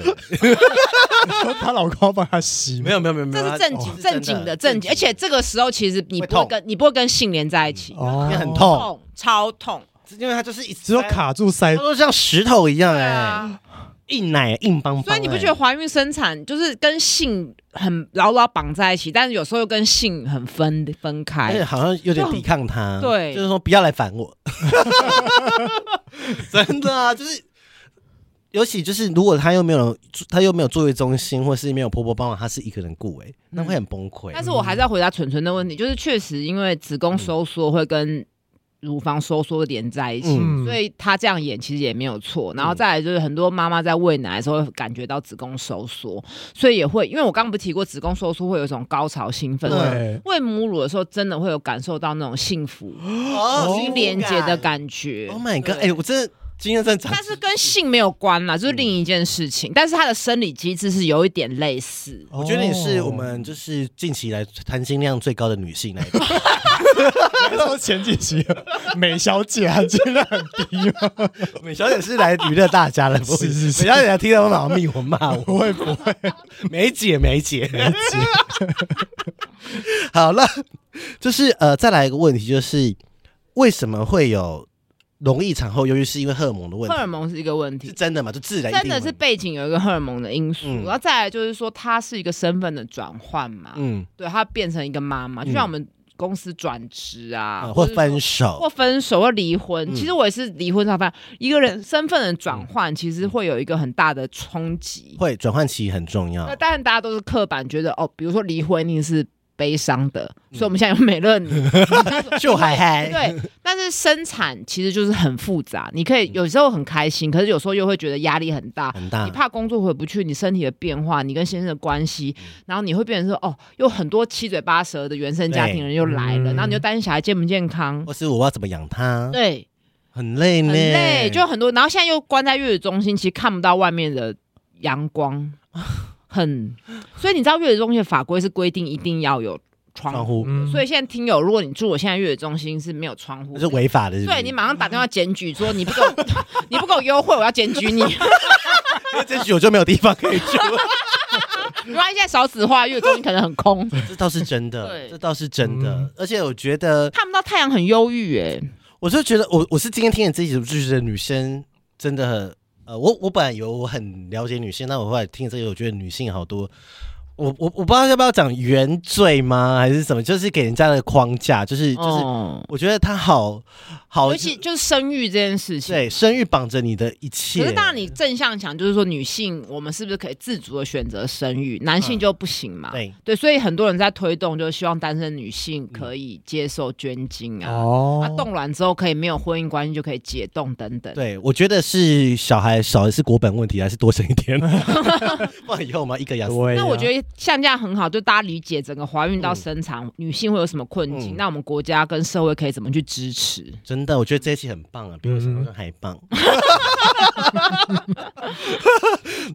她老公要帮她吸嘛
没，有没有没有没有，
哎
哦
这是正经、正经的正经，而且这个时候其实
会
你不会
痛嗯
跟你不会跟性连在一起，
哦
因为很，痛，
痛超痛。
因为他就是一直
只有，卡住
他
塞，
都像石头一样
对
哎，
啊，
硬奶硬邦邦，哎
所以你不觉得？怀孕生产就是跟性很牢牢绑在一起，但是有时候又跟性很分分
而
开
且。好像有点抵抗他，
就很对
就是说不要来烦 我，真的啊，就是，尤其就是如果他又没有他又没有作业中心，或是没有婆婆帮忙，他是一个人顾哎、那会很嗯崩溃。
嗯但是我还是要回答纯纯的问题，就是确实因为子宫收缩会跟乳房收缩连在一起。
嗯
所
以
以她这样演其实也没有错，然后再来就是很多妈妈在喂奶的时候会感觉到子宫收缩，所以也会，因为我刚刚不是提过子宫收缩会有一种高潮兴奋，
对
对，喂
喂母乳的时候真的会有感受到那种幸福、
哦
心连接的感觉。
，Oh my god！哎、
对
我真的今天真的长
但是跟性没有关啦，
嗯
就是另一件事情。但是它的生理机制是有一点类似，
我觉得你是我们就是近期来含金量最高的女性来的，
说前几集 美小姐啊，真的很低嘛，
美小姐是来娱乐大家的，不
是是是
美小姐听到我老密我骂我，
不会不 会，
梅姐梅姐梅 姐。好了，就是呃，再来一个问题，就是为什么会有容易产后忧郁？是因为荷尔蒙的问
荷尔
题？
蒙是一个问
是
题。
真的吗？就自然一
真
定
的
会
是背景有一个荷尔蒙的因素，
嗯
然后再来就是说，它是一个身份的转换嘛，
嗯
对，它变成一个妈妈，
嗯
就像我们公司转职啊，
啊，或
者是
分
说
手
或分手或离婚。
嗯
其实我也是离婚才发现，一个人身份的转换其实会有一个很大的冲击。
嗯会转换期很重要
那。当然，大家都是刻板觉得哦，比如说离婚一定是悲伤的，所以我
嗯
们现在有美 乐你，
秀嗨嗨，
对。但是生产其实就是很复杂，你可以
嗯
有时候很开心，可是有时候又会觉得压力很大。
很大
你。怕工作回不去，你身体的变化，你跟先生的关系，
嗯
然后你会变成说，哦，有很多七嘴八舌的原生家庭人又来了，
嗯
然后你就担心小孩健不健康，
或是我要怎么养他？
对，
很累呢，
很累，就很多。然后现在又关在月子中心，其实看不到外面的阳光，很。所以你知道月子中心的法规是规定一定要有窗
窗
户，
户
嗯
所以现在听友，如果你住我现在月子中心是没有窗户
那是
的，
违法的，是不是
对你马上打电话检举说你不给我 你不给我优惠，我要检举你。
因为这局我就没有地方可以住，
你万一现在少子化，月子中心可能很空，
这倒是真的，
对
这倒是真的
嗯。
而且我觉得
看不到太阳很忧郁哎。
我就觉得我我是今天听你这一集，我就觉得女生真的很呃，我我本来以为我很了解女性，但我后来听这个，我觉得女性好多。我我我不知道要不要讲原罪吗，还是什么？就是给人家的框架，就是就是，
哦
我觉得她好好
尤，其就是生育这件事情。
对生育绑着你的一切。
可是，当然你正向讲，就是说女性我们是不是可以自主的选择生育，男性就不行嘛？
嗯对嗯
所以很多人在推动，就是希望单身女性可以接受捐精啊，
哦
啊，冻卵之后可以没有婚姻关系就可以解冻等等。
对，我觉得是小孩少的是国本问题，还是多生一 点？不然以后我们要一个养
对呀，
那我觉得像这样很好，就大家理解整个怀孕到生产、女性会有什么困境，
嗯
那我们国家跟社会可以怎么去支持？
真的，我觉得这一期很棒啊，比我想象中还棒。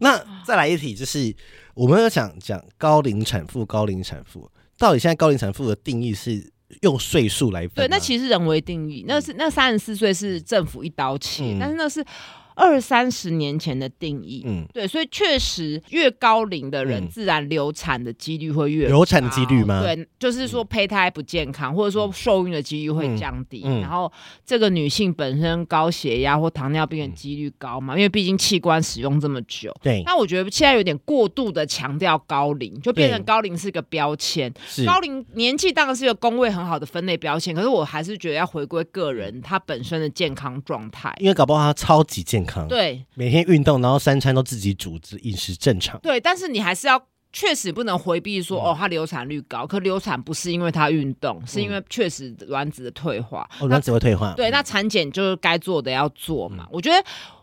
那再来一题，就是我们要讲讲高龄产妇，高龄产妇到底现在高龄产妇的定义是用岁数来分
对，
吗？
那其实人为定义，那是那三十四岁是政府一刀切，
嗯
但是那是二三十年前的定义。
嗯，
对，所以确实越高龄的人，
嗯
自然流产的几率会越
流产的几率
高
吗？，嗯
对，就是说胚胎不健康，或者说受孕的几率会降低，
嗯嗯
然后这个女性本身高血压或糖尿
嗯
病的几率高嘛，因为毕竟器官使用这么久。
对，
那我觉得现在有点过度的强调高龄，就变成
对
高龄是一个标签。
是
高龄年纪当然是一个工位很好的分类标签，可是我还是觉得要回归个人他本身的健康状态。
因为搞不好她超级健康，，
对，
每天运动，然后三餐都自己煮，饮食正常。
对，但是你还是要确实不能回避
嗯
说、哦，它流产率高，可流产不是因为它运动，是因为确实卵子的退化。
哦，卵子会退化。
对，那产检就是该做的要做嘛。我觉得。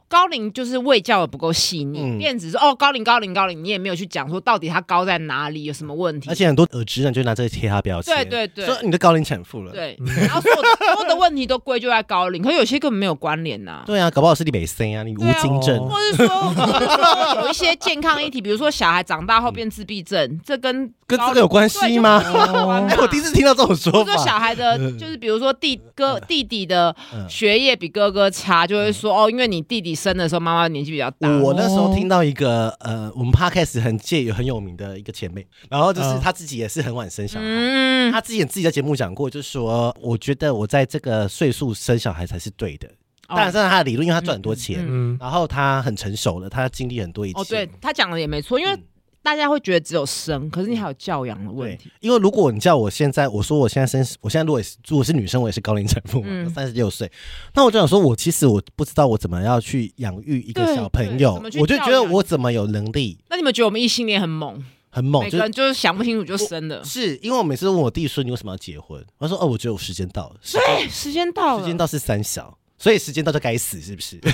高龄就是喂教的不够细腻，
嗯
变只是哦高龄高龄高龄，你也没有去讲说到底它高在哪里，有什么问题
而。且很多耳直男就拿这个贴她标签，
对对对
说你的高龄产妇了。
对，然后所有的所有的问题都归咎在高龄，可有些根本没有关联呐、
对啊，搞不好是你北森啊，你无
对啊
精症。
或是说，或是说有一些健康议题，比如说小孩长大后变自闭症，这跟
跟
高
这个有关系吗
对就有关啊
哎、 我第一次听到这种说
或者说小
法。
孩的，就是比如说弟哥弟弟的
嗯
学业比哥哥差，就会说哦，因为你弟弟生的时候妈妈年纪比较大。
我那时
哦
候听到一个呃，我们 podcast 很界有很有名的一个前辈，然后就是
嗯
他自己也是很晚生小孩，
嗯，
他之前自己在节目讲过，就是说我觉得我在这个岁数生小孩才是对的。当然，
哦
这是他的理论，因为他赚很多钱，
嗯
然后他很成熟了，他经历很多一切。
哦，对他讲的也没错，因为
嗯
大家会觉得只有生，可是你还有教养的问
对
题。，
因为如果你叫我现在，我说我现在生，我现在如果是如果是女生，我也是高龄产妇嘛
嗯，
三十六岁，那我就想说，我其实我不知道我怎么要去养育一个
对
小
对
朋友
怎么，去
我就
教
觉得
养
我怎么有能力
那你们觉得我们异性恋很猛？
很猛，
每
就
个人
是
就是想不清楚就生了。
是因为我每次问我弟说你为什么要结婚，他说哦，我觉得我时间到了，时
哎，时间到
时间
了，
到是三小，所以时间到就该死，是不是？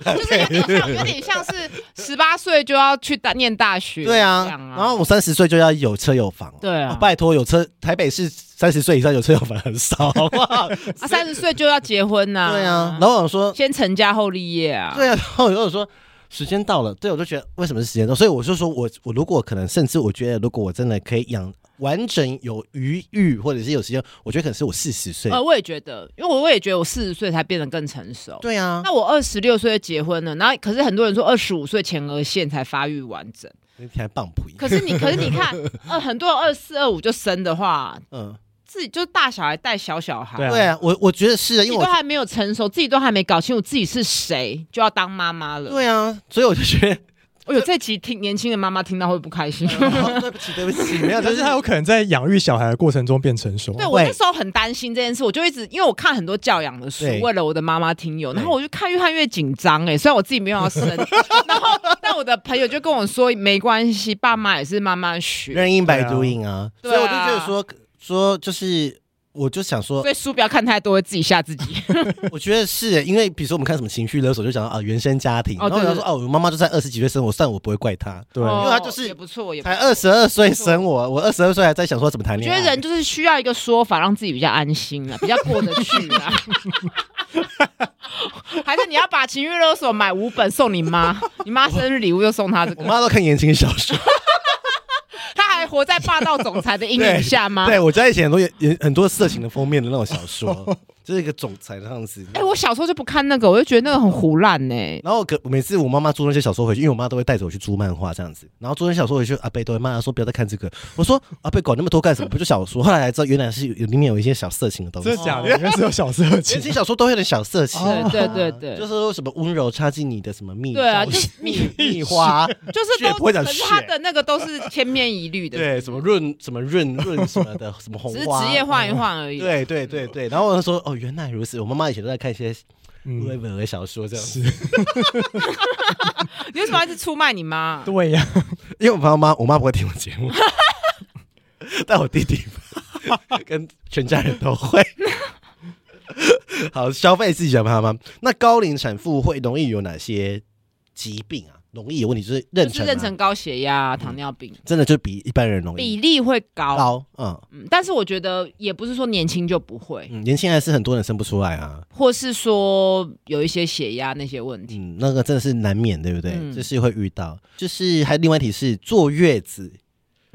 就是有点像，有点像是十八岁就要去大念大学 一
对
样。
啊，然后我三十岁就要有车有房，
对啊
哦拜托有车，台北市三十岁以上有车有房很少，好不好？
啊，三十岁就要结婚呐。
对啊，然后我想说。
先成家后立业啊。
对啊，然后有时候说时间到了，对我就觉得为什么是时间到？所以我就说我我如果可能，甚至我觉得如果我真的可以养完整有余裕，或者是有时间，我觉得可能是我四十岁。
呃，我也觉得，因为我我也觉得我四十岁才变得更成熟。
对啊，
那我二十六岁就结婚了，然后可是很多人说二十五岁前额线才发育完整。
那天还棒不一。
可是 你，可是你看，呃，很多人二四二五就生的话，
嗯，
自己就大小孩带小小孩，
对啊
对啊，我我觉得是啊，
自
因
己
为
都
我
还没有成熟，自己都还没搞清楚自己是谁，就要当妈妈了。，
对啊，所以我就觉得、
我有这集听年轻的妈妈听到会不开心。
哦对不起对不起，没有，
但
就是是
他有可能在养育小孩的过程中变成熟。啊
对我
会
那时候很担心这件事，我就一直因为我看很多教养的书
对，
为了我的妈妈听友，然后
对
我就看越看越紧张哎，虽然我自己没有要生， 然后但我的朋友就跟我说没关系，爸妈也是慢慢学，
任音百
对啊
读音啊，
对
所以我就觉
啊
得说说就是。我就想说
所，以书不要看太多，会自己吓自己。
我觉得是欸因为比如说我们看什么情绪勒索，就讲到啊原生家庭，
哦
然后
对
我想
对
说哦，我妈妈就在二十几岁生我，算我不会怪她。
对
哦
因为他就是
也不错，也不
才
错。
二十啊二岁生我，我二十二岁还在想说怎么谈
我
恋
觉
爱。
得人就是需要一个说法，让自己比较安心啊，比较过得去啊。 还是你要把《情欲勒索》买五本送你妈，你妈生日礼物就送她这
我
个。
妈都看言情小 说，
她还活在霸道总裁的阴影下吗？
对我家以前很多言言很多色情的封面的那种小说， 就是一个总裁的样子。
哎、我小时候就不看那个，我就觉得那个很胡乱呢、
然后可每次我妈妈租那些小说回去，因为我妈都会带着我去租漫画这样子。然后租那些小说回去，阿贝都会骂她说不要再看这个。我说阿贝管那么多干什么？不就小说？后来才知道原来是有里面有一些小色情的东西
真。的假的？原来是有小 色
言
情，
情小说都会有点小色情，哎
哦
对对对
就是
对，
说什么温柔插进你的什么蜜，
对啊
招
就是
蜜 蜜 花，
就是
血
都，
不会讲
可是他
血
的那个都是千篇一律的，
对什么润什么润润什么的，什么红
只是
花，
职业换一换而 已。
对对对对，然后我就说哦，原来如此。我妈妈以前都在看一些微
嗯，
文的小说这样子，
是，
你为什么要一直出卖你妈？
对呀，
因为我妈妈我妈不会听我节 目，但我弟弟跟全家人都会。 好，消费自己想办法吗？那高龄产妇会容易有哪些疾病啊？容易有问题就是妊
就是
娠、
妊娠，高血压、糖尿病，
真的就比一般人容易
比例会高。
嗯高。嗯
嗯，但是我觉得也不是说年轻就不会，
嗯，年轻还是很多人生不出来啊。
或是说有一些血压那些问题。
嗯，那个真的是难免，对不对？
嗯
就是会遇到，就是还有另外一题是坐月子，嗯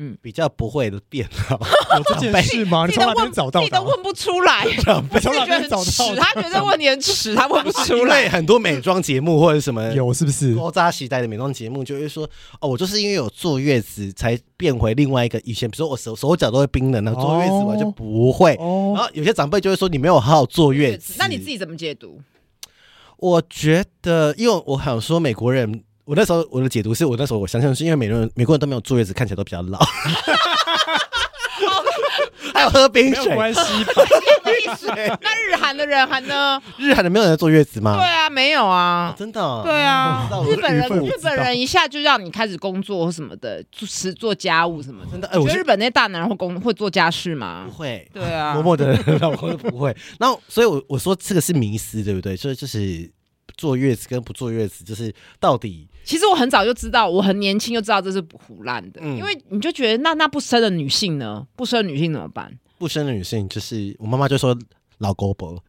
嗯，
比较不会的变老。
有这件事吗？你
自己
从哪
都
边
问
找
自
到
己
的
都
啊？
问不 出来，
你
自
从
己
哪
觉得
边
很
找到
耻，
的？
他觉得这问题很耻，他问不 出
因
来
为。很多美妆节目或者什么
有是不是？
高扎时代的美妆节目，就会说哦，我就是因为有坐月子才变回另外一个以前，比如说我手手脚都会冰冷，那
哦
坐月子我就不会。然
哦，
后有些长辈就会说你没有好好坐月子，
那你自己怎么 解读？
我觉得，因为我想说美国人，我那时候我的解读是我那时候我相信是因为美国人美国人都没有坐月子，看起来都比较 老，还有喝冰
没有
水。
关系吧？
意思那日韩的人还呢？
日韩的没有人坐月子吗？
对啊，没有啊。
真的哦、
对啊
我，不
日
知道
本人
日本我
日
知道
本人一下就让你开始工作或什么的，就是做家务什么的。
真的哎，
你
我
觉得
是
日本那些大男人会工会做家事
不
吗？
会。
对啊
默，默的老公都不会，然后所以我，我说这个是迷思，对不对？所以就是坐月子跟不坐月子，就是到底
其实我很早就知道，我很年轻就知道这是胡乱的，
嗯
因为你就觉得那那不生的女性呢？不生的女性怎么办？
不生的女性，就是我妈妈就说老狗婆，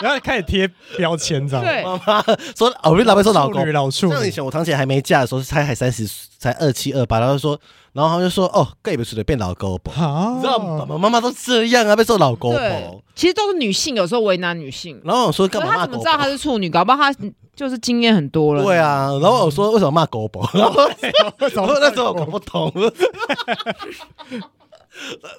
然后开始贴标签，这样。
对，
妈妈说 哦，我们老辈说老狗
处女老处
像以
女，
前我堂姐还没嫁的时候，她还三十，才二七二八，然后就说，然后她就说，哦，盖不出的变老狗婆，
啊
你知道爸爸妈妈都这样啊，被说老狗
对
婆。，
其实都是女性，有时候为难女性。
然后我说干
可
嘛
是她
骂
怎么
狗
知道她
婆？
是处女？搞不好她就是经验很多了。
对，啊，然后我说为什么骂 狗婆？然后那时候我搞不懂，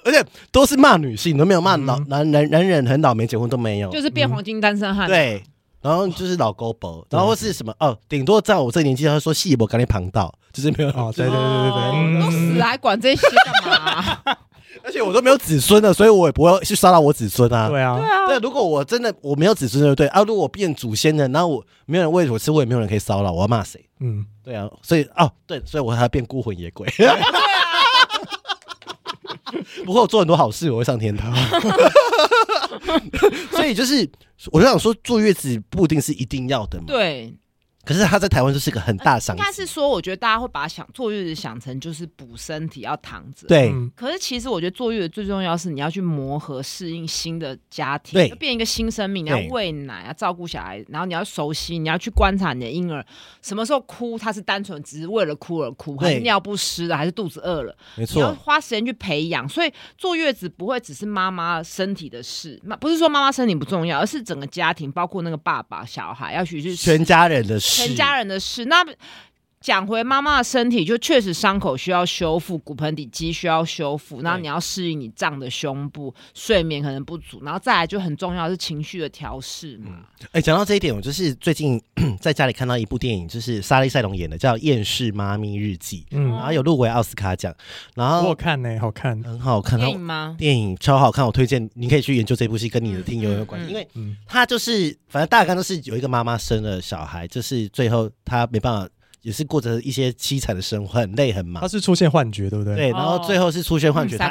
而且都是骂女性，都没有骂老男男男人很老没结婚都没有，
嗯就是变黄金单身汉。
对。然后就是老狗婆，然后或是什么哦，顶多在我这个年纪，他说细我赶紧旁到，就是没有
哦，对对对对对，嗯
都死了还管这些干 嘛啊、
而且我都没有子孙了，所以我也不会去骚扰我子孙啊。
对啊，
对，如果我真的我没有子孙，对不对啊？如果我变祖先了，然后我没有人喂我吃，我也没有人可以骚扰，我要骂谁？
嗯，
对啊，所以哦，对，所以我还要变孤魂野鬼。 不过我做很多好事，我会上天堂。 所以就是，我就想说，坐月子不一定是一定要的嘛。
对，
可是他在台湾就是个很大赏
应该是
赐。
说，我觉得大家会把想坐月子想成就是补身体要躺着。。
对，
嗯
可是其实我觉得坐月子最重要是你要去磨合适应新的家庭，
对
要变一个新生命，你要
对
喂奶，要照顾小孩，然后你要熟悉，你要去观察你的婴儿什么时候哭，他是单纯只是为了哭而哭，还
对
是尿不湿了，还是肚子饿了。
没
你要
错，
花时间去培养，所以坐月子不会只是妈妈身体的事，妈不是说妈妈身体不重要，而是整个家庭，包括那个爸爸、小孩，要去去
全家人的事，
全家人的事。那讲回妈妈的身体，就确实伤口需要修复，骨盆底肌需要修复，然后
对
你要适应你胀的胸部，睡眠可能不足，然后再来就很重要的是情绪的调试嘛。
哎、讲到这一点，我就是最近 在家里看到一部电影，就是莎莉赛隆演的，叫《厌世妈咪日记》，
嗯，
哦
然后有入围奥斯卡奖，然
我有
后
看呢，好看，
很好看，
电
它
影吗？
电影超好看，我推荐你可以去研究这部戏，跟你的听友有关系，
嗯嗯
因为
嗯，
它就是反正大纲都是有一个妈妈生了小孩，就是最后她没办法，也是过着一些凄惨的生活，很累很
他
忙，
是出现幻觉，对不对？
对，然后最后是出现幻觉，
哦嗯
她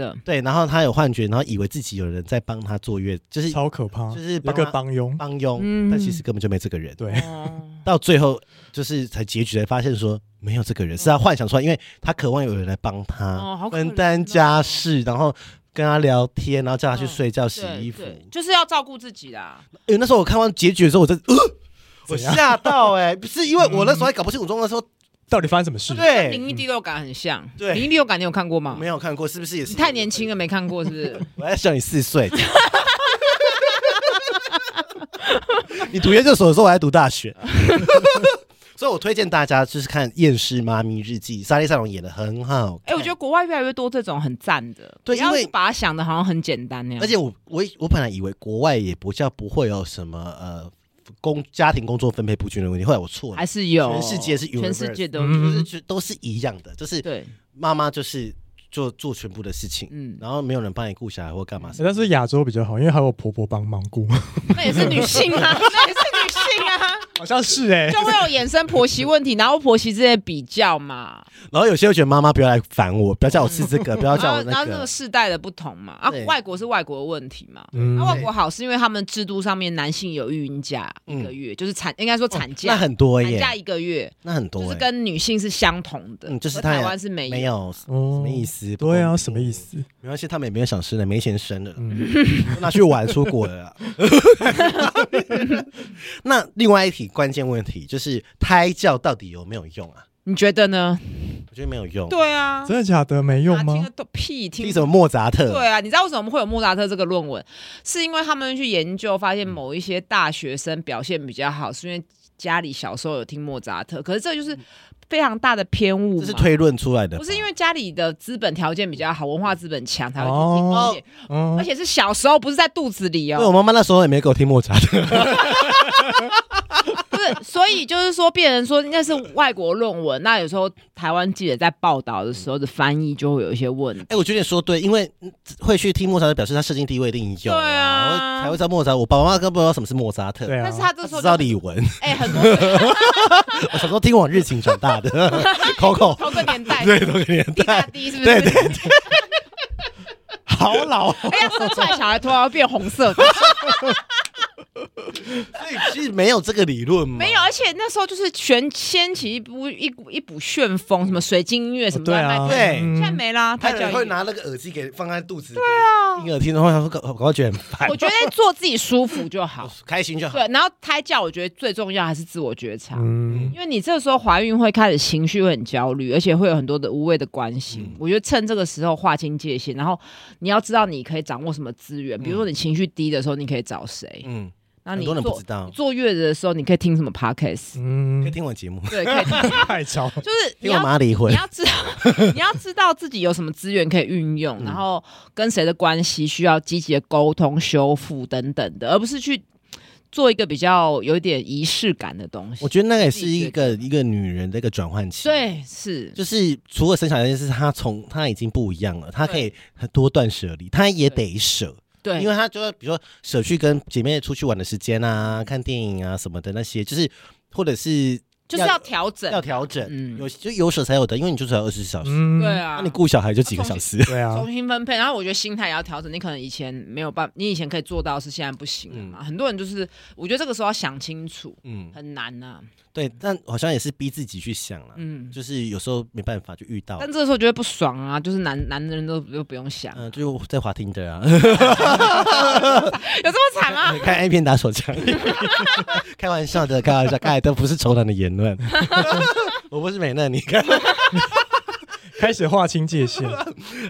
了
对，然后她有幻觉，然后以为自己有人在帮她坐月，就是
超可怕，
就是
有
帮
个
他
帮佣，
帮佣，
嗯
但其实根本就没这个人，
对，
哦，
到最后就是才结局才发现说没有这个人，是他幻想出来，因为他渴望有人来帮他、
嗯哦好可怜
分担家事，然后跟他聊天，然后叫他去
嗯
睡觉、洗
对
衣服。
对，就是要照顾自己啦。
因为那时候我看完结局的时候，我真的呃，我
怎样
吓到哎、不是因为我那时候还搞不清楚状况的时候，
到底发生什么
嗯
事？
对，
灵异第六感很像，
对
啊灵异第六感你有看过吗
没？有看过，是不是也是
你太年轻了，没看过是不是？
我在想你四岁， 你读研究所的时候，我还读大 学，所以我推荐大家就是看《厌世妈咪日记》，莎莉赛隆演的很好看。
哎、我觉得国外越来越多这种很赞的，
对
不要
因为
是把它想的好像很简单那样。
而且我我我本来以为国外也不叫不会有什么呃工家庭工作分配不均的问题，后来我错了
还，是有
全世界是
全世
universe
界都、
嗯
就是就都是一样的，就是
对，
妈妈就是做做全部的事情，
嗯，
然后没有人帮你顾小孩或干嘛，
但是亚洲比较好，因为还有婆婆帮忙顾，
那也是女性 啊，那也是女性啊，
好像是哎、
就会有衍生婆媳问题，然后婆媳之间的比较嘛，
然后有些会觉得妈妈不要来烦我，不要叫我吃这个，不要
然
叫
后
我
然
那
后那个
个，
世代的不同嘛，啊
对，
外国是外国的问题嘛。
嗯
啊，，外国好是因为他们制度上面男性有育婴假
嗯
一个月，就是产应该说产假，
那很多
产
耶，
假一个月，
那很多
就是
耶，
跟女性是相同的，
嗯就是
而
他
台湾是没有
没有什
哦
么意思，不
对
公
啊，
平
什么意思？
没关系，他们也没有想生的，没钱生的，
嗯，
那去玩出国了 啦。那另外一题关键问题就是胎教到底有没有用啊？
你觉得呢？
我觉得没有用。，
对啊，
真的假的？没用
哪听
吗
得？懂屁听
听
不
什么莫扎特？
对啊，你知道为什么会有莫扎特这个论文？是因为他们去研究发现某一些大学生表现比较好，是因为家里小时候有听莫扎特，可是这就是非常大的偏误
嗯这是
嘛
推论出来的吧。
不是因为家里的资本条件比较好，文化资本强才会去啊听
哦
音乐，
嗯
而，且是小时候，不是在肚子里
因为
哦
我，妈妈那时候也没给我听莫扎特。
不是，所以就是说，变成说那是外国论文，那有时候台湾记者在报道的时候的翻译就会有一些问题。
哎，我觉得你说对，因为嗯会去听莫扎特，表示他社经地位一定有
对
啊，
啊
我才会知道莫扎特。我爸爸妈妈根本不知道什么是莫扎特，
对啊
但是他
他
这时
只
候
知道
就
李玟。
哎、很多
我小时候听往日情长大 的，Coco，
同个年代，
对，同个年
滴答
代，
滴是不是？
对对对，好老。哦
哎呀，生出来小孩突然会变红色 的，
所以其实没有这个理论嘛，
没有，而且那时候就是全掀起一股一股一股旋风，什么水晶音乐什么
对
的，
啊，
对
嗯
现在没啦，
他
胎
有
教
人会
育。
拿那个耳机给放在肚子，对啊，婴儿听的话，他会搞搞觉得很烦
我，觉得做自己舒服 就好，
开心就好
对。。啊然后胎教，我觉得最重要还是自我觉察，
嗯，
因为你这时候怀孕会开始情绪会很焦虑，而且会有很多的无谓的关心。
嗯
我觉得趁这个时候划清界限，然后你要知道你可以掌握什么资源，比如说你情绪低的时候，你可以找谁，
嗯，
那
很
你
多人不
坐
知道，
坐月子的时候，你可以听什么 podcast，
可以
嗯，
听我节目，
对，可以听，
太吵，
就是你
听我
要
妈离婚
你。要知道，你 要知道自己有什么资源可以运用，
嗯
然后跟谁的关系需要积极的沟通、修复等等的，而不是去做一个比较有一点仪式感的东西
我。觉得那个也是一个一个女人的一个转换期。。
对，是，
就是除了生小孩这件事，她从她已经不一样了，她可以多断舍离，她也得舍，
对，
因为她就要比如说舍去跟姐妹出去玩的时间啊、看电影啊什么的那些，就是或者是
就是要调整，
要调整，
嗯
有就有舍才有得，因为你就是要二十四小时，
嗯，
对
那、
啊，
你顾小孩就几个小时，
对啊，
重新分配。然后我觉得心态也要调整，你可能以前没有办法，你以前可以做到，是现在不行了嘛。很多人就是，我觉得这个时候要想清楚，
嗯，
很难呐、
对，但好像也是逼自己去想了，
嗯。
就是有时候没办法就遇到，
但
嗯、
这个时候觉得不爽啊，就是男男人都都不用
啊
想，
就在滑听的啊，
有这么惨吗？
看 A 片打手枪， 开玩笑的，开玩笑，刚才都不是仇男的言论， 我不是美嫩，你看，
开始划清界限，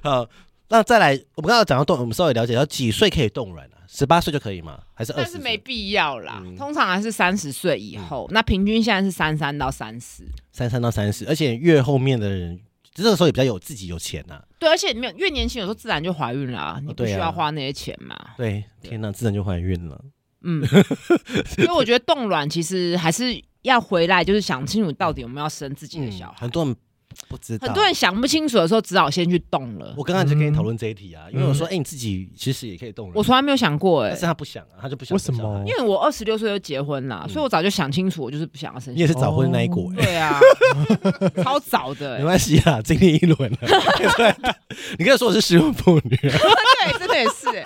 好，那再来，我们刚刚有讲到动，我们稍微了解到几岁可以冻卵啊？十八岁就可以吗？还是二
但
十？
是没必要啦，
嗯
通常还是三十岁以后。那平均现在是三三到三十，
三三到三十，而且越后面的人，这个时候也比较有自己有钱啊呐、
对，而且你没有越年轻，有时候自然就怀孕了、啊，你不
对啊
需要花那些钱 嘛。
对，天呐，自然就怀孕了。
嗯，所以我觉得冻卵其实还是要回来，就是想清楚到底有没有要生自己的小孩。
嗯很多人不知道，
很多人想不清楚的时候，只好先去冻了。
我刚刚就跟你讨论这一题啊，因为我说，哎、你自己其实也可以动人，
我从来没有想过哎、
但是他不想啊，他就不想。
为什么
不想啊
因为我二十六岁就结婚啦，所以我早就想清楚，我就是不想要
嗯
生
你也
小孩。
是早婚那一股、哎
对啊， 超早的、
没
欸，
关系啊，经历一轮了。对， 你刚才说我是失婚妇女啊，
对，真的也是、欸。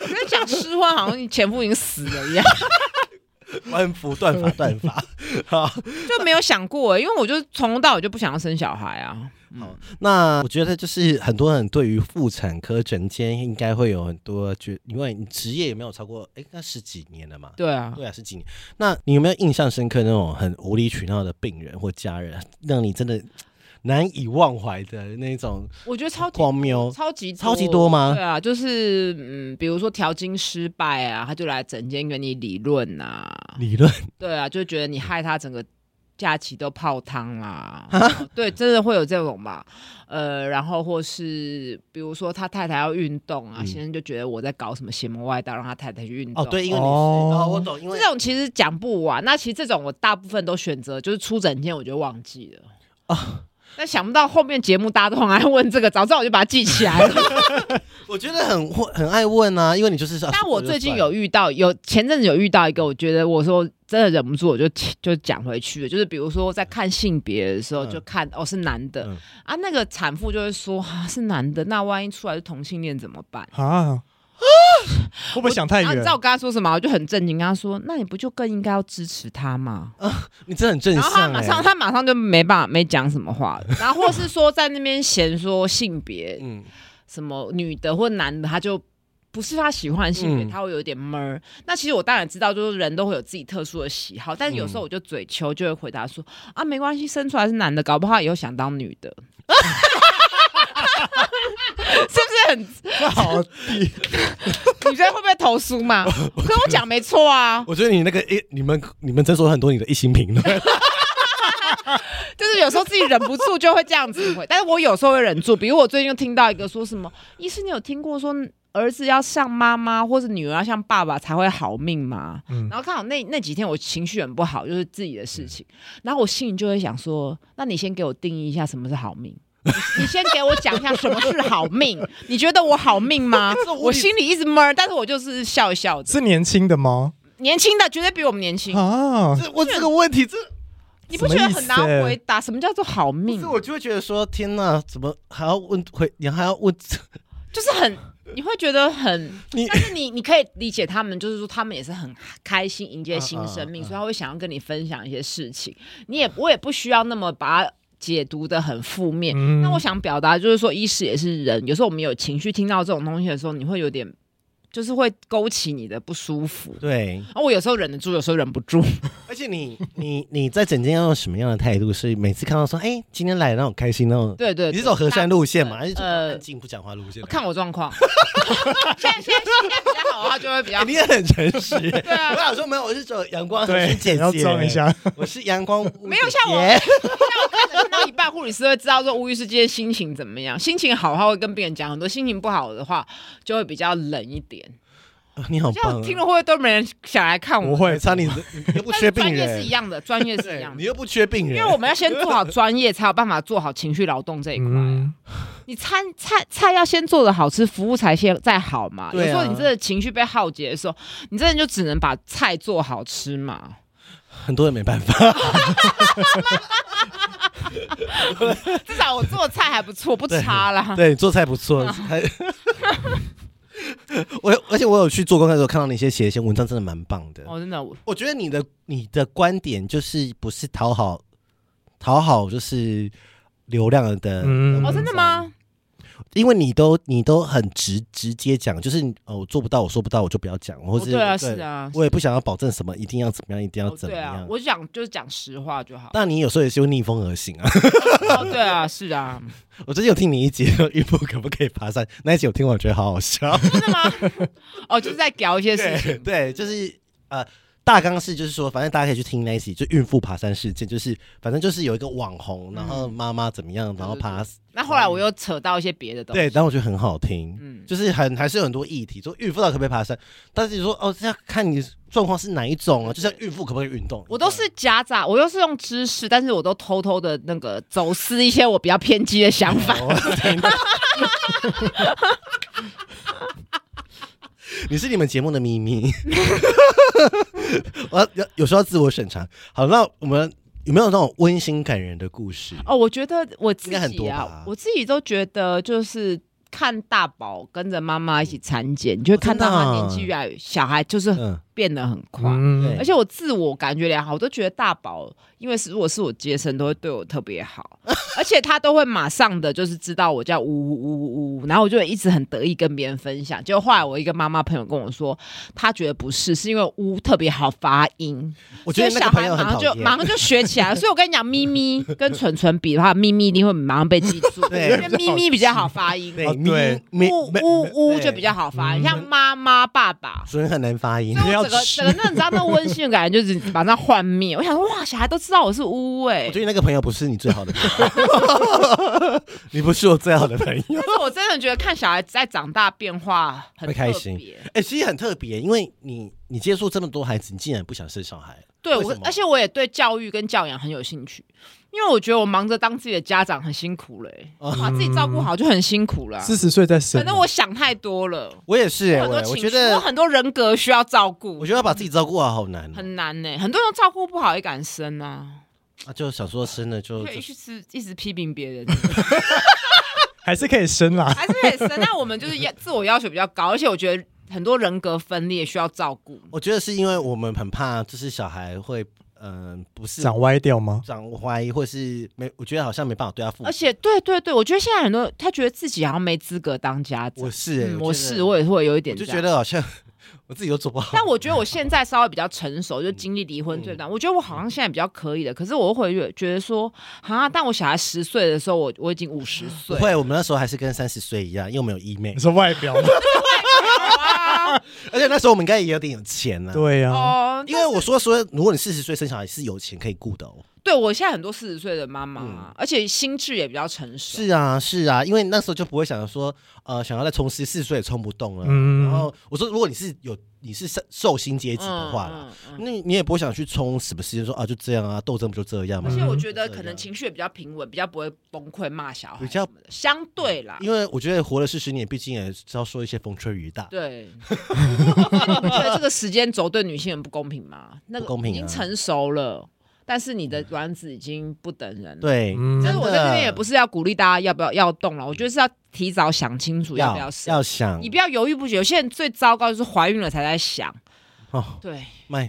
我跟你讲，失婚好像你前夫已经死了一样。
万夫断法断法。好，
就没有想过欸、因为我就从头到尾就不想要生小孩啊。
那我觉得就是很多人对于妇产科诊间应该会有很多觉，因为你职业也没有超过哎，应该十几年了嘛。
对啊，
对啊，十几年。那你有没有印象深刻那种很无理取闹的病人或家人，让你真的难以忘怀的那种
我觉得超级
荒谬。
超级
超级多吗
对啊，就是嗯，比如说调经失败啊，他就来整间跟你理论啊，
理论
对啊，就觉得你害他整个假期都泡汤 啦。对，真的会有这种吧？呃，然后或是比如说他太太要运动啊，
嗯
先生就觉得我在搞什么邪魔外道，让他太太去运动。
哦，对，因为你是
哦
哦，我懂，因为
这种其实讲不完。那其实这种我大部分都选择就是出整天，我就忘记了
哦
但想不到后面节目大家都很爱问这个，早知道我就把它记起来了。
我觉得很很爱问啊，因为你就是说。
但我最近
啊
有遇到，有前阵子有遇到一个，我觉得我说真的忍不住，我就就讲回去了。就是比如说在看性别的时候，
嗯
就看哦是男的、
嗯
啊，那个产妇就会说啊是男的，那万一出来是同性恋怎么办？
啊，会不会想太
啊然后你
远
知？道我跟他说什么？我就很震惊，跟他说：“那你不就更应该要支持他吗？”
你真的很正
然后他
向、
马
欸，
上他马上就没办法没讲什么话了，然后或是说在那边嫌说性别
嗯，
什么女的或男的，他就不是他喜欢的性别，
嗯
他会有点闷儿。那其实我当然知道，就是人都会有自己特殊的喜好，但是有时
嗯
候我就嘴求，就会回答说、啊，没关系，生出来是男的，搞不好以后想当女的。 是不是
好，
很女生会不会投诉 嘛？可我讲没错啊，
我觉得你那个一，你们你们诊所有很多你的一星评论，
就是有时候自己忍不住就会这样子回，但是我有时候会忍住。比如我最近就听到一个说什么，医师你有听过说儿子要像妈妈或是女儿要像爸爸才会好命吗？
嗯
然后刚好那那几天我情绪很不好，就是自己的事情，然后我心里就会想说，那你先给我定义一下什么是好命。你你先给我讲一下什么是好命？你觉得我好命吗？我心里一直闷儿，但是我就是笑一笑的。
是年轻的吗？
年轻的绝对比我们年轻，
啊，
这我这个问题，这
你不觉得
什么意
很
思
难回答？什么叫做好
不
命
是？我就会觉得说，天哪，怎么还要问回，你还要问
就是很，你会觉得很，
你
但是你你可以理解他们，就是说他们也是很开心迎接新生
嗯嗯
命，
嗯
所以他会想要跟你分享一些事情。你也我也不需要那么把它解读的很负面。
嗯
那我想表达就是说，意识也是人，有时候我们有情绪，听到这种东西的时候，你会有点，就是会勾起你的不舒服。
对？
啊，我有时候忍得住，有时候忍不住。
而且你你你在整间要用什么样的态度？是每次看到说，哎、今天来那种开心那种，
对对
你
对
是走和善路线嘛，
那
还是走
呃
安静不讲话路线？
看我状况。 现在现在现在比较好，他就会比较
哎你也很诚实、
对啊
我。想说没有，我是走阳光和
对
煦姐姐，
要装一下，
我是阳光，
没有像我
我。
看到一半，护理师会知道说吴医师今天心情怎么样。心情好的话会跟病人讲很多，心情不好的话就会比较冷一点。
啊你好
这
棒、
样
啊！
听了会不会都没人想来看
不
我？
会，
差你，你你又不
但
缺
是
病
专业是
人
一，样的，专业是一
对
样
你
的。
又不缺病人，
因为我们要先做好专业，才有办法做好情绪劳动这一块。
嗯，
你餐菜菜要先做的好吃，服务才先再好嘛。有
对啊
时候你真的情绪被耗竭的时候，你真的就只能把菜做好吃嘛。
很多人没办法。
至少我做的菜还不错，不差啦。
对，做菜不错。
啊
还 我而且我有去做功课的时候看到你一些写的一些文章，真的蛮棒的。
哦，真的，我
我觉得你的你的观点就是不是讨好讨好就是流量的，
嗯
哦，真的吗？
因为你都你都很直直接讲，就是呃我做不到，我说不到，我就不要讲，或
哦
者、
对啊，是，啊，
我也不想要保证什么一定要怎么样，一定要
哦
怎么
对啊
样，。
我讲就是讲实话就好。
但你有时候也是会逆风而行啊！
哦，对啊，是啊，
我最近有听 你一集《玉步可不可以爬山》，那一集我听完觉得好好 笑。
真的吗？哦，就是在聊一些事情。
对，就是呃，大纲是就是说，反正大家可以去听那一集，就孕妇爬山事件，就是反正就是有一个网红，然
嗯
后妈妈怎么样，然后爬，
那后来
嗯
我又扯到一些别的东西。
对，然后我觉得很好听，
嗯，
就是很还是有很多议题，说孕妇到底可不可以爬山，但是你说哦，这要看你状况是哪一种啊，就像孕妇可不可以运动，
我都是夹杂，我又是用知识，但是我都偷偷的那个走私一些我比较偏激的想法。
哦。天哪 你是你们节目的秘密， 我要要有时候要自我审查。好，那我们有没有那种温馨感人的故事？
哦，我觉得我自
应该很
己
多
啊
吧，
我自己都觉得就是。看大宝跟着妈妈一起产检，你就会看到
真的
他
啊
年纪越来越小孩，就是
嗯，
变得很快。
嗯
而且我自我感觉良好，我都觉得大宝，因为是如果是我接生，都会对我特 别好，而且他都会马上的就是知道我叫呜呜呜呜呜，然后我就一直很得意跟别人分享。结果后来我一个妈妈朋友跟我说，她觉得不是，是因为呜特别好发音，
我觉得
所
那
以小
个朋
孩
友很
马
讨
上就马
厌。
上就学起来了。所以我跟你讲，咪咪跟蠢蠢比的话，咪咪一定会马上被记住，因
对
为咪咪比较好发音，
对
啊，对
咪
呜
咪
呜呜就比较好发
嗯
音，像妈妈爸爸。
准很难发音
那。
要
我整个
吃
整个那你知道那温馨的感觉就是马上幻灭。我想说哇，小孩都知道我是乌哎、
我觉得那个朋友不是你最好的朋友， 你不是我最好的朋友。
但是我真的觉得看小孩在长大变化很
会
特
开心
别。
哎、其实很特别，因为你你接触这么多孩子，你竟然不想生小孩，
对，
为
我
什么
而且我也对教育跟教养很有兴趣，因为我觉得我忙着当自己的家长很辛苦了、欸，
哦
把自己照顾好就很辛苦了啊、
四十岁再生，
反正我想太多了，
我也是、哎，
我
我
有很多
我
情
觉
绪，我有
得嗯
很多人格需要照
我
顾，
觉得要把自己照顾好好难哦、
很难呢、很多人照顾不好也敢生啊，
啊，就想说生了就
就
就
一
是
直一直批评别人，
还是可以生啦。
还是可以生。但我们就是要自我要求比较高，而且我觉得很多人格分裂需要照顾。
我觉得是因为我们很怕，就是小孩会嗯、不是
长歪掉吗？
长歪，或是没，我觉得好像没办法对他负责。
而且，对对对，我觉得现在很多他觉得自己好像没资格当家长
我，是、哎
嗯
我
我
觉得
是我也会有一点
我就
这
觉
样。
得好像 我自己都做不好。嗯
但我觉得我现在稍微比较成熟，就经历离婚这段，我觉得我好像现在比较可以的。可是我会觉觉得说，啊，但我小孩十岁的时候，我我已经五十
不
岁，
会，我们那时候还是跟三十岁一样，因为我们有医妹
你，说外表吗？
啊
而且那时候我们应该也有点有钱呢、
对呀、啊，
哦，
因为我说说，如果你四十岁生小孩是有钱可以顾的哦。
对啊我现在很多四十岁的妈妈啊，而且心智也比较成
嗯
熟。
是啊，是啊，因为那时候就不会想说，呃，想要再冲刺，四十岁也冲不动了。
嗯
然后我说，如果你是有你是受受薪阶级的话啦，
嗯嗯嗯
那你也不会想去冲什么时间说啊，就这样啊，斗争不就这样嘛
而。且我觉
嗯就
得
这样
可能情绪也比较平稳，比较不会崩溃骂小
比
孩
较
什么的，相对啦。
因为我觉得活了四十年，毕竟也知道说一些风吹雨打。
对， 你不觉得这个时间轴对女性很不公平吗？那个
不公平啊嗯
已经成熟了，但是你的卵子已经不等人了。
对，
嗯
真
但是
的
我在这边也不是要鼓励大家要不要要动了，我觉得是要提早想清楚要
要
不生。
要想
你不要犹豫不决，有些人最糟糕就是怀孕了才在想。
哦，
对，
卖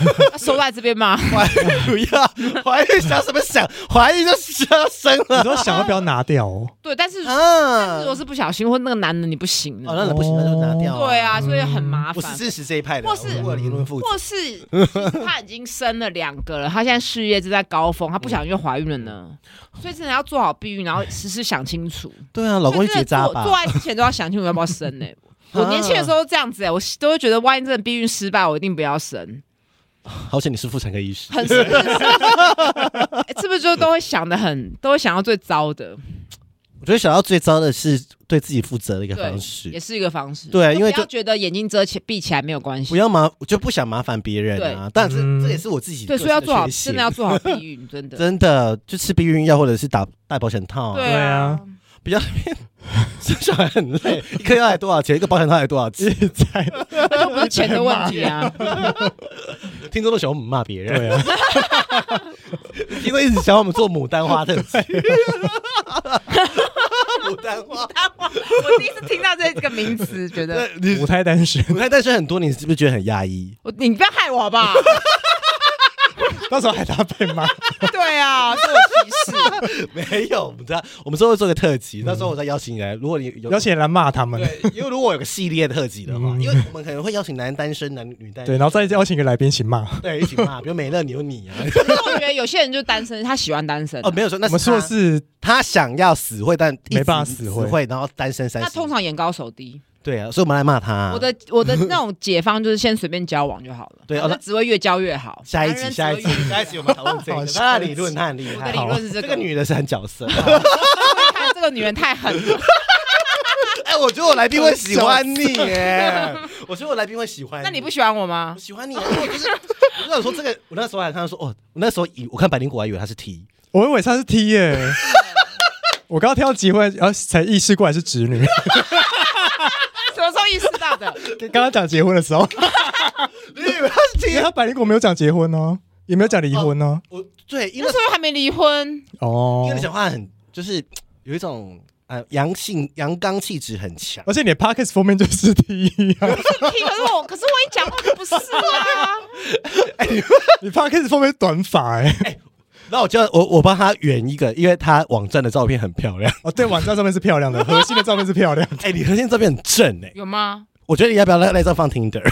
那收在这边吗？
怀孕不要 怀孕想什么想， 怀孕就是要生
你
了
都想要不要拿掉哦？
对，但是
啊
如。果是不小心或那个男的你不行
哦，
了，
那你不行，那就拿掉。嗯
对，啊，所以很麻
我是
烦。
支持这一派的，啊
或是
我为了言论负责。
或是其实他已经生了两个了，他现在事业正在高峰，他不想因为怀孕了呢，所以真的要做好避孕，然后时时想清楚。
对啊，嗯 老公去结扎
所以真的
吧
做。做爱之前都要想清楚要不 要生呢、我年轻的时候这样子、欸，我都会觉得，万一真的避孕失败，我一定不要生，
好险你是妇产科医师。
很 是不是？欸是不是就都会想的很，都会想到最糟的，
我觉得想到最糟的是对自己负责的一个
对
方，
也
式，
是一个方式。
对啊因为
就不要
就
觉得眼睛遮起闭起来没有关系，
不要麻，我就不想麻烦别人啊。但是
嗯
这也是我自己
对，所以要做好，真的
的
要
学习
做好避孕，真 的，
真的就吃避孕药或者是打戴保险套啊，
对
对
啊
啊。
比较生小孩很 累，一颗药还多少钱？一个保险套还多少 钱？
在
那就不是钱的问题 啊，
听众都喜欢我们骂别人，
对啊，
听众一直想要我们做牡丹花特辑。牡丹花，
我第一次听到这个名词，觉得
对你
母胎单 身，
母胎单身很多，你是不是觉得很压抑？
我你不要害我好 不好？
到时候还他被骂。
对啊，自我歧视。
没有，我们知道，我们之后会做个特辑，到时候我再邀请你来。如果你有
嗯邀请人来骂他们，
对，因为如果有个系列特辑的话，
嗯
因为我们可能会邀请男单身、男女单
对，然后再邀请一个来宾一起骂。
对一起骂，比如美乐你有 你啊，
可是我觉得有些人就单身，他喜欢单身啊、
哦没有说，那
我们说的
他
是
他想要死会，但一直
没办法死会
死会，然后单身三
他
十，
通常眼高手低。
对啊，所以我们来骂他。
我的我的那种解放就是先随便交往就好了，
对
他
哦那
只会越交越 好。
下一
男
集，
人只
下
会
一
越
集，下一集我们讨论这
好
个，
下一集
他的理论他很厉
我
害，
的理论是这
这
个
个女的是很角色。
看这个女人太狠了，
哎，我觉得我来宾会喜欢你耶， 我觉得我来宾会喜欢。
那你不喜欢 我
我
吗？
喜欢你啊，我就是。我就想说这个，我那时候还看他说，哦，我那时候以我看百灵果还以为他是 T，
我以为他是 T 耶、 我刚刚听到结婚，然后才意识过来是直女。
什么时候意识到 的？
刚刚讲结婚的时候，
你以为他是
因为
T？
他百灵果没有讲结婚哦，也没有讲离婚哦。
我对，因为
那时候还没离婚，
哦
因为你，讲话很就是有一种呃阳性阳刚气质很强。
而且你的 podcast 封面就是第一啊，
听可是我，可是我一讲话就不是啊，
哎 你 podcast 封面短发哎、
那我就我我帮他圆一个，因为他网站的照片很漂亮。
哦，对，网站上面是漂 亮的，核心的照片是漂亮 的。
哎、你核心照片很正哎、
有吗？
我觉得你要不要那那张放 Tinder？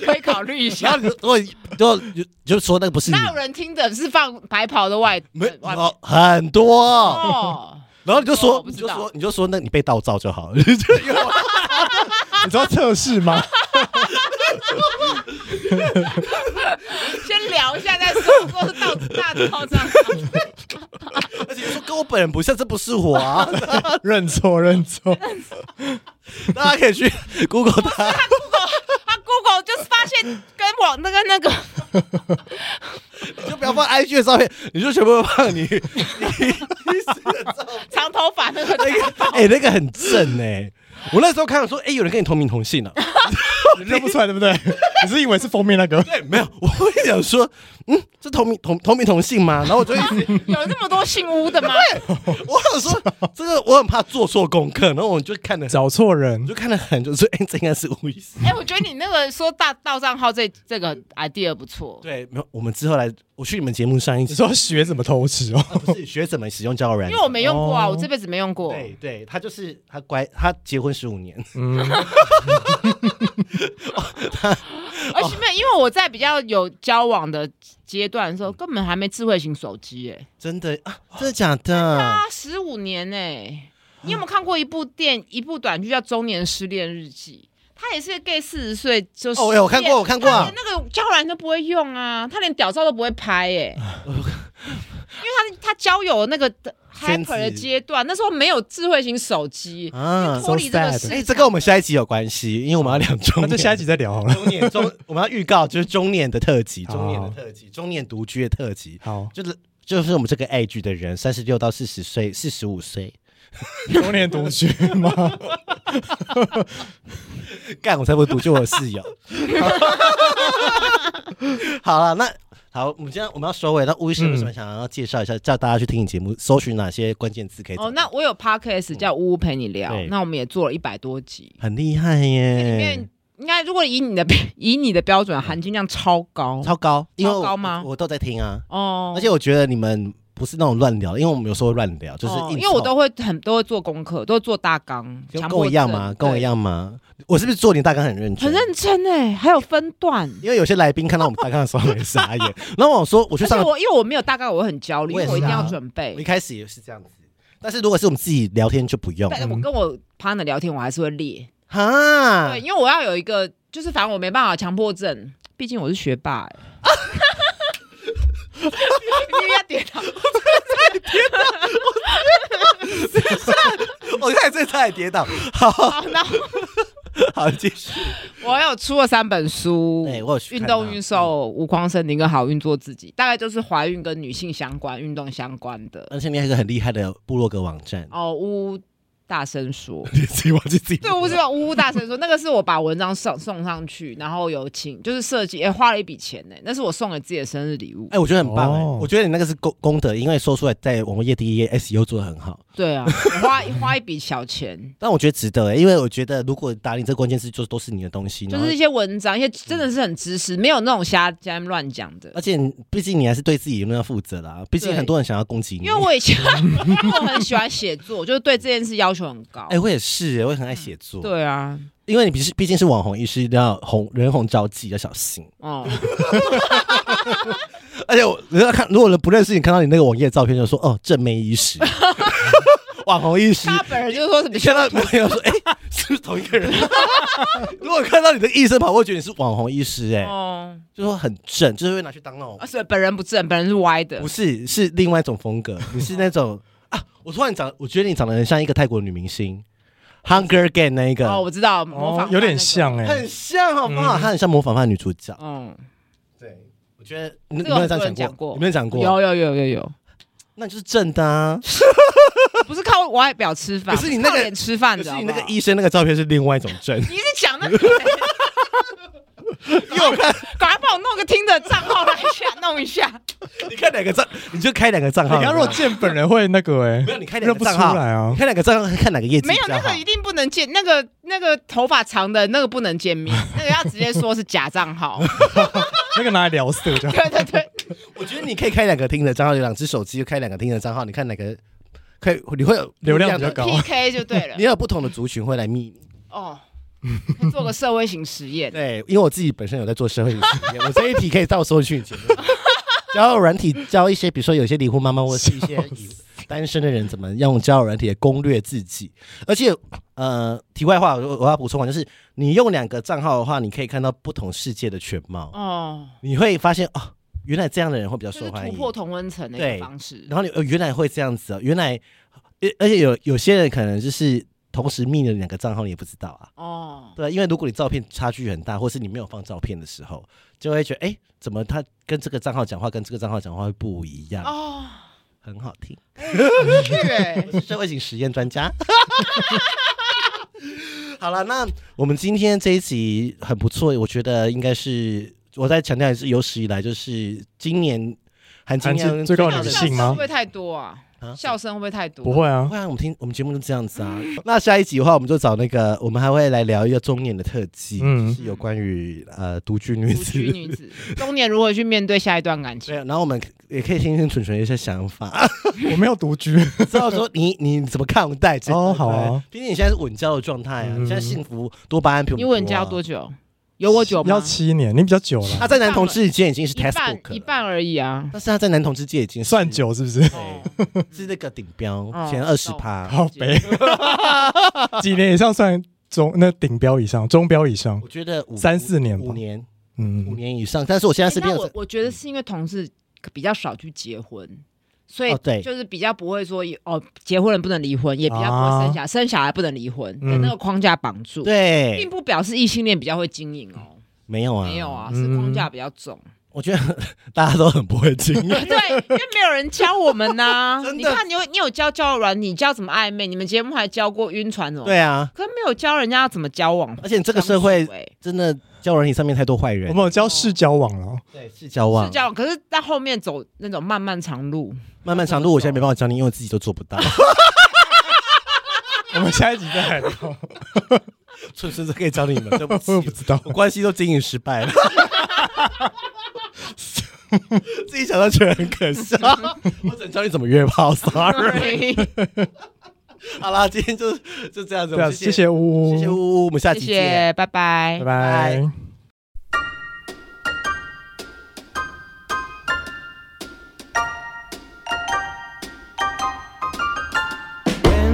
可以考虑一
然
下
后。你如果就就就说那个不是你，
那有人听的是放白袍的外
没
外
哦很多，
哦，
然后你就
哦我
说
不
你
知
就
道
说你就说那你被盗照就好了， 就因为我
你知道测试 吗？
先聊一下再说，说是到大到这样。
而且你说跟我本人不像，这不是我啊，
认错，认错。
大家可以去 Google 他。
他 Google 就是发现跟我那个那个
就不要放 IG 的照片，你就全部放你 你你死的照片。
长头发那个，
那个哎、那个很正哎、我那时候看了说，哎、有人跟你同名同姓啊？
你认不出来对 不对？你是以为是封面那个？
对，哎没有，我会想说，嗯，是同名同同名同姓吗？然后我就一直，
有那么多姓巫的吗？
我想说，这个我很怕做错功课，然后我就看了，
找错
我
人
就看了很久，说， 哎、这应该是吴医师。
哎、我觉得你那个说大到账号这这个 idea 不错。
对，没有，我们之后来，我去你们节目上一
你
集，
说学怎么偷 吃哦？
啊、 不是学怎么使用交友软
因
件
为我没用过啊，
哦
我这辈子没用过。
对对，他就是他乖，他结婚十五年，
嗯，
而且没有，因为我在比较有交往的阶段的时候，根本还没智慧型手机、哎，
真的啊，真的假的？
啊，十五年哎、你有没有看过一部电一部短剧叫《中年失恋日记》？他也是 gay 四十岁，就是
哦哎我看过我看过啊
他连那个交友软件都不会用啊，他连屌照都不会拍哎、因为他他交友那个
圈子
hyper 的阶段，那时候没有智慧型手机，
啊
脱离这个
so sad
市
哎、
场
这跟我们下一集有关系，因为我们要聊中
那
年。
就下一集再聊好 了。
中年中，我们要预告就是中年的特 辑，
好
中年的特辑，中年独居的特辑，
好，
就是就是我们这个 age 的人，三十六到四十岁，四十五岁。
中年独居吗？
干，我才不独居，我有室友。 好了，那好，我们今天我们要收尾。那吴
嗯
医师为什么想要介绍一下，叫大家去听你节目，搜寻哪些关键字可以找？
哦，那我有 podcast 叫呜呜陪你聊，
对哎
那我们也做了一百多集，
很厉害
这里
耶
面，应该如果以你的以你的标准，含金量超高
嗯超高，因为
超
我
高吗
我我都在听啊，
哦，
而且我觉得你们不是那种乱聊，因为我们有时候会乱聊，就是
哦
硬
因为我
凑
都会很都会做功课，都会做大纲，
跟
强
跟
迫
我一样
症
吗？跟我一，样吗？我是不是做你大纲很认
对
真？
很认真哎，还有分段。
因为有些来宾看到我们大纲的时候很傻眼， 然后我说我去
而且
上，
我因为我没有大纲，我会很焦虑，因
我也
为
是
我一定要
啊
准备
我一。开始也是这样子，但是如果是我们自己聊天就不用
但我跟我 partner 聊天，我还是会列，
哈嗯
对，。因为我要有一个，就是反正我没办法强迫症，毕竟我是学霸哎。 你要点 到哦
我看这差点跌 倒，好
好，然后
好继续。
我有出了三本书，
哎对我有去
运
看啊嗯
动
到
运售、无框身体跟好运做自己，大概就是怀孕跟女性相关、运动相关的。
而且你还有一个很厉害的部落格网站，，
哦，呜呜大声说
你 自己忘记自己
对，我是呜呜大声说，那个是我把文章送送上去，然后有请就是设计，哎、花了一笔钱呢、那是我送给自己的生日礼物。
哎，我觉得很棒哎，
哦
我觉得你那个是功功德，因为说出来在网页第一页 SEO 做的很好，
对啊，我花花一笔小钱，
但我觉得值得哎，因为我觉得如果打你这关键字，就都是你的东西，
就
然后
是一些文章，一些真的是很知识，没有那种瞎瞎乱讲的
而。且你毕竟你还是对自己言论要负责啦，毕竟
对
很多人想要攻击你。
因为我以前 因为我很喜欢写作，就是对这件事要求很高。
哎、我也是、我也很爱写作。，
嗯对啊，
因为你毕是毕竟是网红，医师一定要红人红招忌，要小心。
哦，
而且我人家看，如果人不认识你，看到你那个网页照片，就说哦，正妹医 师，网红医师。
他本人就说什 么
你看到朋友说，哎、是不是同一 个人？如果看到你的医生跑过去，你是网红医师、哎、
哦，
就说很正，就是会拿去当那种
而，且本人不正，本人是歪的
不。是，是另外一种风 格。你是那种啊，我突然长，我觉得你长得很像一个泰国女明星，《Hunger Game》那一个，
哦，我嗯知道，模仿、
有点。像哎、
很像，好不好？她很像模仿范女主角。
嗯，
对，我觉得你
这
你
个
没有这
很多
样
人
讲
讲
过，
过
你没有讲过，
有有有有有。
那你就是正的啊。
不是靠外表吃饭，
可是你那个
不靠脸吃饭
可
的，
是你那个
好不 好
医生那个照片是另外一种正，
你是讲那个，
因为我看
赶快帮我弄个听的账号来一下，弄 一下。
你看两个账，你就开两个账
你
号。
刚如果见本人会那个哎、
没有你开两
认
个
不
账
出
号，
来啊
你，看两个账号看哪个业绩
没有
比较
那
好
个一定不能见，那个那个头发长的那个不能 见面，那个要直接说是假账号。
那个拿来聊色这样。
对对对，
我觉得你可以开两个听的账号，有两只手机就开两个听的账号，你看哪个可以，你会有
流量比较
的
高
PK 就对了
你。要有不同的族群会来密你。
哦，可以做个社会型实验。
对，因为我自己本身有在做社会实验，我这一题可以到时候去你前面。交友软体教一些，比如说有些离婚妈妈或是一些已单身的人怎么用交友软体来攻略自己。而且，呃，题外话，我我要补充完，就是你用两个账号的话，你可以看到不同世界的全貌，
哦，
你会发现哦，原来这样的人会比较
就
受
是
欢
突
迎。
破同温层的一
对
个方式。
然后你呃，原来会这样子哦，原来，而而且有有些人可能就是同时密了两个账号，你也不知道啊。
哦，
对，因为如果你照片差距很大，或是你没有放照片的时候，就会觉得，哎、怎么他跟这个账号讲话，跟这个账号讲话会不一样？
哦，
很好听，
对，
我是社会型实验专家。好了，那我们今天这一集很不错，我觉得应该是我再强调一次，有史以来就是今年含金
含金
量
最高
的
女
笑
性
声
吗
会不会太多啊
啊？
笑声会不会太多？
不。会啊，嗯
会啊，我们听我们节目就这样子啊。那下一集的话，我们就找那个，我们还会来聊一个中年的特辑，
嗯
是有关于呃独居女
独
子。
居女子，中年如何去面对下一段感
对
情？
啊，然后我们也可以听听蠢蠢一些想法，
我没有独居，
知道说你你怎么看待这
哦好啊，
毕竟你现在是稳交的状态啊，
嗯
你现在幸福多啊巴胺比我们
你稳交多久？有我久
啊要
吗？
七年，你比较久
他
了，
在男同志间已经是
一半
textbook
一
了，
半而已啊。
但是他在男同志界已经是
算，久是不 是？
哦
是那个顶标
哦
前二十趴。
好悲，几年以上算中那顶标以上，中标以上，
我觉得五
三四年吧
五年五
嗯，
年以上，但是我现在
欸
是没
那
有
我我觉得是因为同事比较少去结婚，所以
哦对
就是比较不会说哦，结婚了不能离婚，也比较不会生小孩，生小孩不能离婚，
啊嗯
被那个框架绑住，并
对
不表示异性恋比较会经营哦，
没有啊
没有啊，
嗯
是框架比较 重，
我觉得大家都很不会 经营。
对，因为没有人教我 们呐、
真的
你看，你有你有教交友软体，你教怎么暧昧，你们节目还教过晕船怎么，，
对啊，
可是没有教人家要怎么交往，
而且这个社会
哦相处欸
真的交友软体上面太多坏
我
人
们，有教世交往了，
对，是交往
是交往，可是到后面走那种漫漫长路，
漫漫长路，我现在没办法教你，因为我自己都做不到。
我们下一集再来 聊，
纯纯是可以教你们，对不起
我也不知道，
我关系都经营失败了。 自己想到觉得很可笑，我只能教你怎么约炮，sorry。好啦，今天就就这样子，
对啊，谢
谢谢
谢呜呜，
谢谢呜呜，我们下
谢
期见。
谢，拜拜
拜。拜。